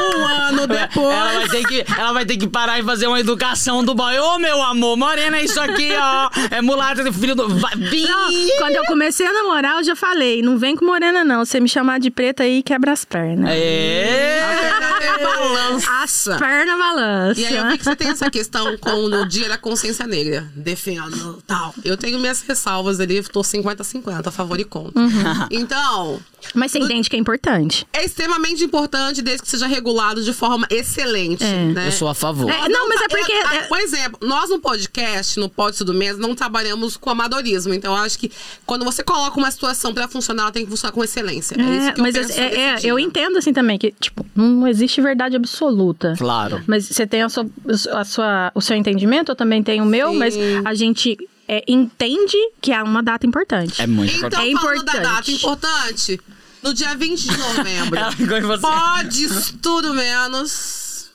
Um ano depois.
Ela vai, ter que, ela vai ter que parar e fazer uma educação do boy. Ô, meu amor, morena é isso aqui, ó. É mulata, filho do... Vai, vim.
Não, quando eu comecei a namorar, eu já falei, não vem com morena não, você me chamar de preta aí quebra as pernas.
É.
Verdadeira balança.
Perna balança.
É. E aí eu vi que você tem essa questão com no dia da consciência negra. Defendo, tal. Eu tenho minhas ressalvas ali, tô 50-50, a favor e contra.
Uhum.
Então,
Mas você entende que é importante.
é extremamente importante desde que seja regulado de forma excelente,
É.
né?
Eu sou a favor.
É, não, mas é porque.
Eu- ah,
é-
por exemplo, nós no podcast, no Pode Tudo Mesmo, não trabalhamos com amadorismo. Então, eu acho que quando você coloca uma situação pra funcionar, ela tem que funcionar com excelência. É, isso que eu
mas
penso
é- é-
desse dia.
eu entendo assim também que, tipo, não existe verdade absoluta.
Claro.
Mas você tem a sua, a sua- o seu entendimento, eu também tenho o meu, mas a gente é, entende que é uma data importante.
É muito
Então,
importante.
É
falando da
importante.
data importante, no dia 20 de
*laughs*
novembro,
É.
Ela ficou em você.
pode tudo menos.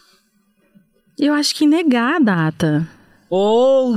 Eu acho que negar a data.
Ou.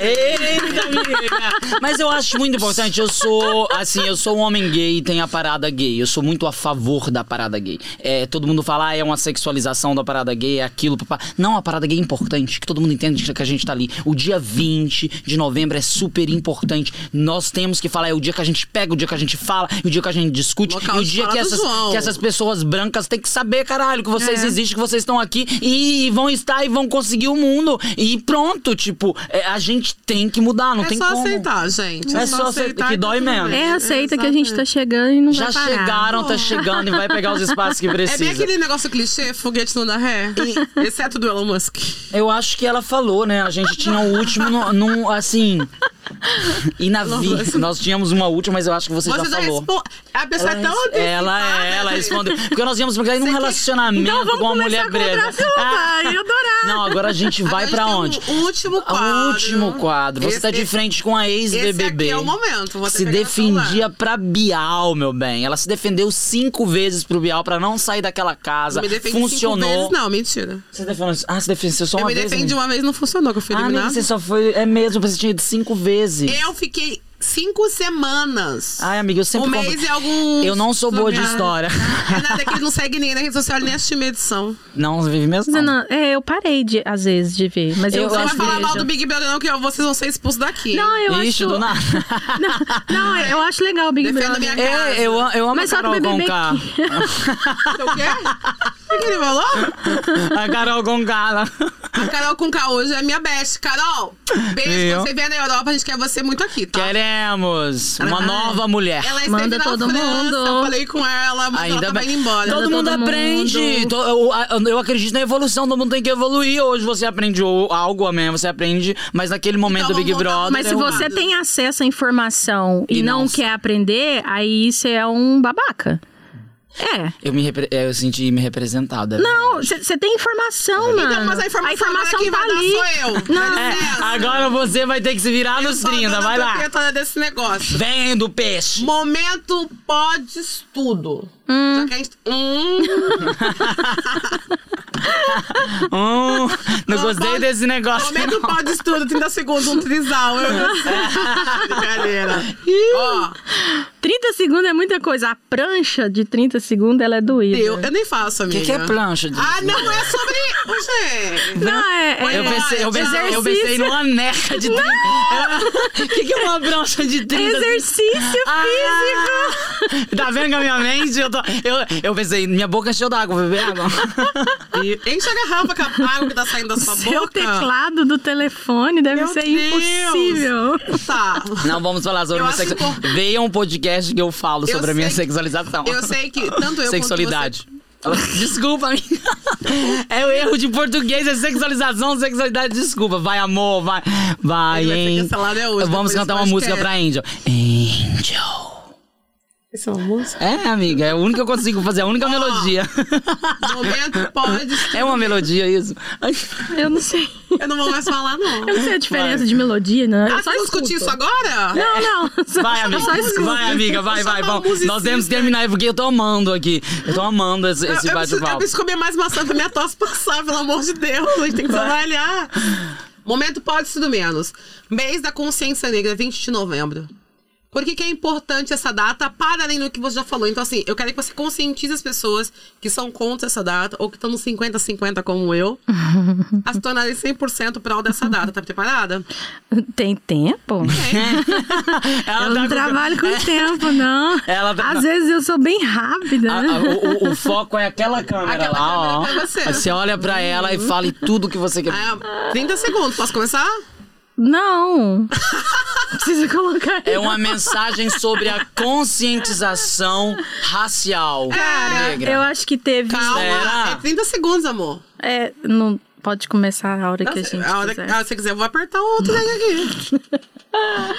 Eita, amiga! Mas eu acho muito importante. Eu sou, assim, eu sou um homem gay e tem a parada gay. Eu sou muito a favor da parada gay. É, todo mundo fala, ah, é uma sexualização da parada gay, é aquilo. Papá. Não, a parada gay é importante, que todo mundo entende que a gente tá ali. O dia 20 de novembro é super importante. Nós temos que falar, é o dia que a gente pega, o dia que a gente fala, e o dia que a gente discute,
Local
e o
de
dia
fala
que
do
essas,
João.
que essas pessoas brancas têm que saber, caralho, que vocês existem, que vocês estão aqui e vão estar e vão conseguir o mundo. E pronto, tipo, é, a gente tem que mudar, não
é
tem
só
como.
aceitar, gente.
É só aceitar que
e tá
dói
tudo
mesmo.
bem.
É, aceita que a gente tá chegando e não
Já
vai parar.
chegaram, tá chegando e vai pegar os espaços que
É bem
precisa.
aquele negócio clichê, foguete não dá
*laughs*
ré. Exceto do Elon Musk.
Eu acho que ela falou, né? A gente tinha o último no- num, assim. E na vida, nós tínhamos uma última, mas eu acho que você,
Você tá
já
já
falou.
responde. A pessoa é tão antecipada,
ela é, ela
*laughs* gente.
respondeu. Porque nós íamos pegar em um relacionamento
Então vamos
com uma
começar
mulher
com outra
preta. Ah,
assunto, ai, eu adorava.
Não, agora a gente vai
Agora
pra
a
onde?
gente tem O último quadro.
O último quadro. Você
Esse-
tá de frente com a
Esse
ex-BBB.
aqui é o momento. Vou
Se
ter que pegar meu celular.
defendia pra Bial, meu bem. Ela se defendeu cinco vezes pro Bial pra não sair daquela casa.
Eu me defendi
Funcionou.
Cinco vezes, não, mentira.
Você defendeu... Ah, você defendeu só
eu
uma
me
vez?
defendi
amiga?
uma vez não funcionou, que eu fui
Ah, amiga,
eliminada.
você só foi... É mesmo, você tinha ido cinco vezes.
Eu fiquei cinco semanas.
Ai, amiga, Ah, eu sempre...
Um mês
compro-
e alguns
Eu não sou boa de
lugares.
história.
É nada que ele
*laughs*
não segue ninguém na rede social nem assistir minha edição.
Não, vive mesmo não.
Não, é, eu parei de, às vezes de ver, mas eu,
Eu
eu
Não vai
acho que-
falar mal
vejo.
do Big Brother, não, que eu- vocês vão ser expulsos daqui.
Não, eu
Ixi,
acho.
do nada.
Não, *laughs* não, eu acho legal o Big
Defenda
Brother.
minha
É,
Casa.
eu, eu amo
Mas
a
só que o
Carol
BBB
Conká.
O quê? O que que ele falou?
*laughs* A Carol Conká.
*laughs*
ela-
A Carol com K hoje é minha best. Carol, beijo.
Eu.
Quando você vier na Europa, a gente quer você muito aqui, tá?
Queremos uma
Ela-
nova mulher.
Ela esteve
Manda
na
todo
França,
mundo.
Eu falei com ela, mas ela tá
bem.
indo embora.
Todo
Todo
mundo
mundo.
aprende. To- Eu, eu- eu acredito na evolução, todo mundo tem que evoluir. Hoje você aprende o- algo, amanhã você aprende, mas naquele momento
Então
do Big
vamos voltar-
Brother.
Mas se
eu-
você tem acesso à informação e,
E não
não
sabe.
quer aprender, aí você é um babaca. É.
Eu, me repre- eu senti me representada.
Não, você tem informação, mano.
Então, mas a informação, agora quem
tá
vai
ali.
dar sou eu.
Não.
É, agora você vai ter que se virar nos 30, vai lá.
Eu desse negócio.
Vem do peixe. Hum,
Momento podes tudo. Já que a gente... Hum.
Hum, não
Não
gostei
pode-
desse negócio.
Momento
não.
podes tudo, 30 segundos, um trisal. Eu não
*laughs*
sei. Brincadeira. Ó,
30 segundos é muita coisa. A prancha de 30 segundos, ela é doída.
eu, eu nem faço,
O
amiga.
que, que é plancha?
Ah, não, é sobre... Ô, Gente...
Não, é... é-
Eu pensei, eu pensei, eu
exercício.
pensei numa neca de 30. O *laughs* que, que é uma prancha de 30?
é Exercício
Ah,
físico.
Tá vendo que a minha mente? Eu, tô, eu, eu pensei, minha boca é cheia d'água, vou beber água.
E enche a garrafa com a água que tá saindo da sua
Seu
boca.
teclado do telefone deve
Meu
ser
Deus.
impossível.
Tá.
Não vamos falar sobre
Eu
minha
acho
sexualidade.
importante.
Veja um podcast que eu falo
Eu
sobre a minha
sei-
sexualização.
Eu sei que tanto eu
Sexualidade. *laughs* Desculpa, amiga. É o erro de português, é sexualização, sexualidade. Desculpa. Vai, amor, vai. Vai,
Ele vai ser
hein?
cancelado, é hoje,
Vamos
depois
cantar uma
desse
música pra Angel. Angel.
Isso é uma música?
É, amiga, é o único que eu consigo fazer, a única *laughs* melodia.
Momento podes
É uma melodia isso? Ai,
Eu não sei.
Eu não vou mais falar, não.
Eu não sei a diferença de melodia, né? Eu
Ah,
só
você não discutiu isso
escuto.
agora?
Não, não. Só-
Vai,
eu só
amiga.
escuto.
Vai, amiga, vai,
Eu sou
vai.
uma
Bom, nós
musicista.
temos que terminar porque eu tô amando aqui. Eu tô amando esse,
Eu-
esse
eu, preciso, eu
bate-papo.
preciso comer mais maçã pra minha tosse passar, pelo amor de Deus. A gente tem que trabalhar. Momento pode tudo menos. Mês da Consciência Negra, 20 de novembro. Por que, que é importante essa data, para além do que você já falou? Então, assim, eu quero que você conscientize as pessoas que são contra essa data, ou que estão no 50-50 como
*laughs*
eu, a se tornarem 100% pró dessa data. Tá preparada? É.
Tem tempo?
*laughs* Ela
eu
tá
não
com- *laughs*
trabalho com tempo, não.
Ela tá-
Às vezes eu sou bem rápida.
A- a- o, o- o foco é aquela câmera
né? Aquela
lá,
câmera
ó.
pra você.
Aí Você olha pra ela e fala tudo que você quer.
Ah, 30 segundos, posso começar?
*laughs*
Não. Precisa colocar.
É uma mensagem sobre a conscientização racial
Cara,
negra.
Eu acho que teve.
Calma,
Será?
é 30 segundos, amor.
É, não pode começar a hora que a
Assim,
gente.
a hora,
quiser.
a hora que você quiser, eu vou apertar outro daqui. aqui.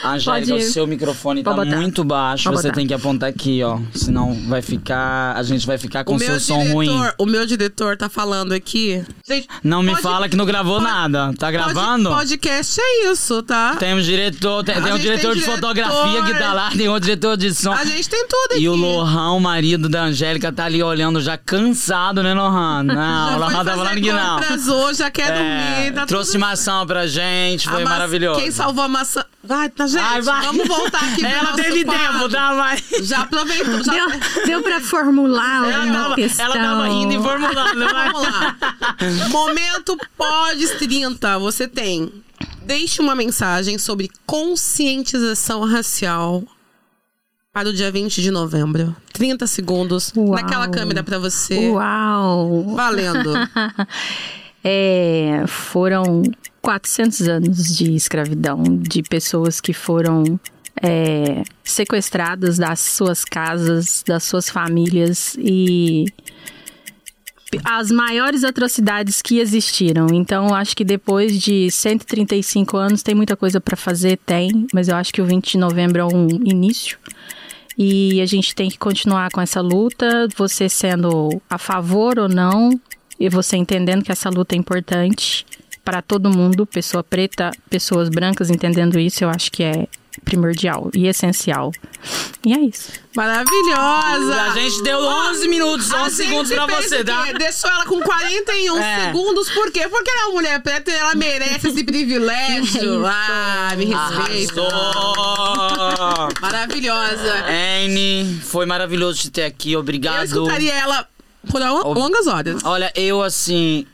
Angélica,
Pode
o seu microfone tá
Pode botar.
muito baixo.
Pode
você
botar.
tem que apontar aqui, ó. Senão vai ficar. A gente vai ficar com
O
o
meu,
seu som
diretor,
ruim.
o meu diretor tá falando aqui. Gente,
Não me
pode-
fala que não gravou
pode-
nada. Tá
pode-
gravando?
podcast é isso, tá?
Tem um diretor, tem,
A
tem um
gente tem
diretor de
diretor.
fotografia que tá lá, tem outro diretor de som.
A gente tem tudo aqui.
um- E o Lohan, o marido da Angélica, tá ali olhando já cansado, né, Lohan? Não,
*laughs* Já
o
foi
Lohan tá
fazer
falando que não.
compras Hoje, já
É,
quer dormir. Tá
trouxe
tudo...
maçã pra gente,
A
foi
maçã-
maravilhoso.
Quem salvou a maçã. Vai, tá, gente.
Ai, vai.
Vamos voltar
*laughs*
aqui. pro
Ela
nosso
teve
quadro.
tempo, tá? Vai.
Já aproveitou. Já...
Deu, deu pra formular
Ela
uma
tava,
questão.
ela tava rindo e
né,
formulando, vai.
Vamos lá. Momento Pods 30. Você tem. Deixe uma mensagem sobre conscientização racial para o dia 20 de novembro. 30 segundos
Uau.
naquela câmera para você.
Uau!
Valendo.
É, foram 400 anos de escravidão, de pessoas que foram é, sequestradas das suas casas, das suas famílias e as maiores atrocidades que existiram. Então, acho que depois de 135 anos tem muita coisa para fazer, tem, mas eu acho que o 20 de novembro é um início. E a gente tem que continuar com essa luta, você sendo a favor ou não, e você entendendo que essa luta é importante para todo mundo, pessoa preta, pessoas brancas entendendo isso, eu acho que é primordial e essencial. E é isso.
Maravilhosa.
A gente deu 11 minutos,
A
11 segundos
gente
pra
fez
você,
o
tá?
quê? Deixou ela com 41
*laughs* É.
segundos. Por quê? Porque ela é uma mulher preta e ela merece
*laughs*
esse privilégio. ah, me respeita.
Arrasou!
Maravilhosa.
Anne, foi maravilhoso te ter aqui,
Eu
obrigado.
escutaria ela por al-
Ob-
longas horas.
Olha, eu assim,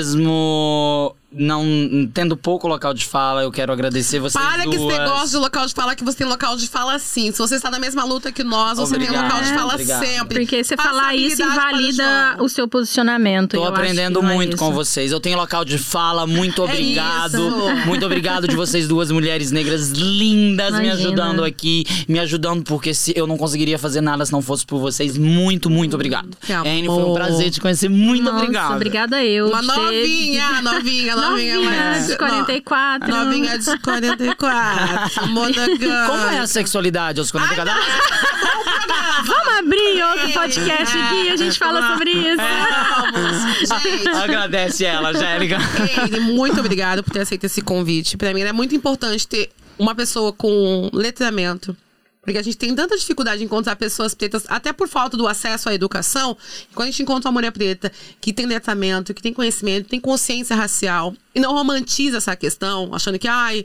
mesmo não tendo pouco local de fala, eu quero agradecer vocês
Para que esse
duas.
negócio de local de fala, que você tem local de fala sim. Se você está na mesma luta que nós, você tem
Obrigado,
local de fala
obrigado.
sempre.
Porque você falar isso
Passabilidade para
invalida
o
o seu posicionamento.
Tô
eu acho que
aprendendo
não é
muito
isso.
com vocês. Eu tenho local de fala. Muito obrigado.
isso.
muito obrigado de vocês duas mulheres negras lindas me
Imagina.
ajudando aqui, me ajudando porque se eu não conseguiria fazer nada se não fosse por vocês. Muito, muito obrigado.
Que
Anne, foi um
amor.
prazer te conhecer. Muito
Nossa,
obrigado.
Obrigada eu.
Uma
de ter- *laughs*
novinha, novinha, novinha. Novinha,
Novinha
mas-
de 44.
Novinha de
*laughs*
44. Monogâmica.
Como é a sexualidade aos 40 cada
Vamos abrir outro podcast aqui e a gente fala sobre isso.
É. Vamos.
*laughs*
Gente,
Agradece ela, Angélica.
Ele, muito obrigada por ter aceito esse convite. Pra mim é muito importante ter uma pessoa com letramento. Porque a gente tem tanta dificuldade em encontrar pessoas pretas, até por falta do acesso à educação. E Quando a gente encontra uma mulher preta que tem letramento, que tem conhecimento, tem consciência racial, e não romantiza essa questão, achando que, ai,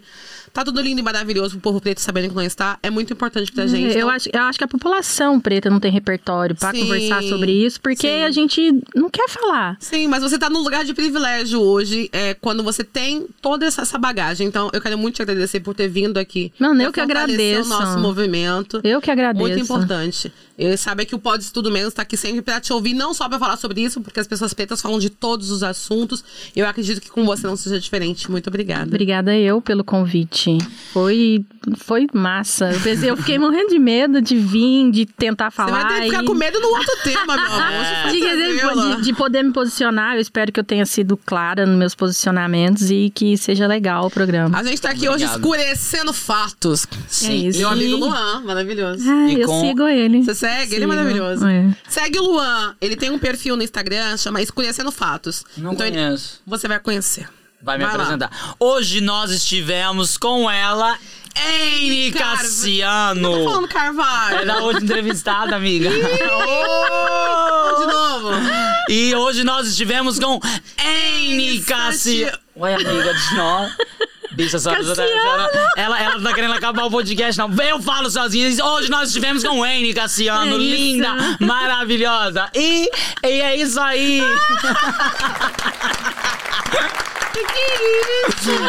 tá tudo lindo e maravilhoso pro povo preto sabendo que não está, é muito importante pra gente.
Uhum. eu,
Então,
acho, eu acho que a população preta não tem repertório pra
Sim,
conversar sobre isso, porque
sim.
a gente não quer falar.
Sim, mas você tá num lugar de privilégio hoje, é, quando você tem toda essa, essa bagagem. Então, eu quero muito te agradecer por ter vindo aqui.
Mano, eu
Por
que
fortalecer
agradeço.
o nosso movimento.
Eu que agradeço.
Muito importante. E saber que o Pode Tudo Menos tá aqui sempre pra te ouvir, não só pra falar sobre isso, porque as pessoas pretas falam de todos os assuntos. Eu acredito que com você não seja diferente. Muito obrigada.
Obrigada eu pelo convite. Foi, foi massa. Eu, pensei- eu fiquei morrendo de medo de vir, de tentar
Você
falar.
vai ter que ficar
e- Ah,
com medo no outro tema, meu amor. Hoje foi
de,
tranquila.
de- de poder me posicionar, eu espero que eu tenha sido clara nos meus posicionamentos e que seja legal o programa.
A gente tá aqui hoje
Obrigado.
escurecendo fatos.
Sim.
isso.
Meu
E-
amigo Luan, maravilhoso.
Ah,
E
eu
com-
sigo ele.
Você segue? Ele é
Sigo.
maravilhoso.
É.
Segue o Luan. Ele tem um perfil no Instagram, chama Escurecendo Fatos.
Não
então ele-
conheço.
você vai conhecer.
Vai me
Vai lá.
apresentar. Hoje nós estivemos com ela, Anne
Carva-
Cassiano.
Eu tô Tá falando
É
Carvalho.
da outra entrevistada, amiga. *laughs*
De
Oh!
novo.
e hoje nós estivemos com Anne
Anne
Cassiano.
Cassiano.
Ué, amiga, de nós. Bicha, essa bicha tá-
Cassiano.
ela, ela tá querendo acabar o podcast, não. Eu falo sozinha. Hoje nós estivemos com Anne Cassiano,
É isso.
linda, maravilhosa. E, e é isso aí.
é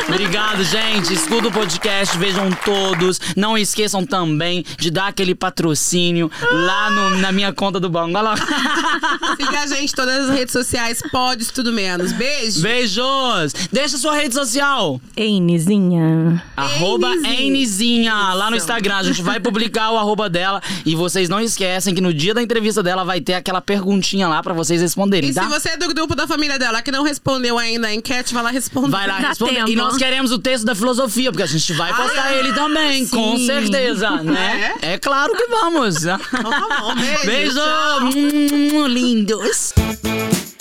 Obrigado, gente. Escuta o podcast, vejam todos. Não esqueçam também de dar aquele patrocínio lá no- na minha conta do banco. Olha lá.
Siga a gente em todas as redes sociais, pode tudo menos. Beijo.
Beijos! Deixa sua rede social.
Einezinha.
Arroba Nzinha lá no Instagram. A gente vai publicar o arroba dela. E vocês não esquecem que no dia da entrevista dela vai ter aquela perguntinha lá pra vocês responderem,
E se
tá?
você é do grupo da família dela que não respondeu ainda a enquete, vai lá responder.
Vai lá
Dá
responder. E
tempo.
nós queremos o texto da filosofia, porque a gente vai postar
tá Ah,
ele também, com
sim.
certeza, né? É, claro que vamos.
Então tá bom, *laughs* beijo.
Beijo!
Tchau.
Hum, Lindos!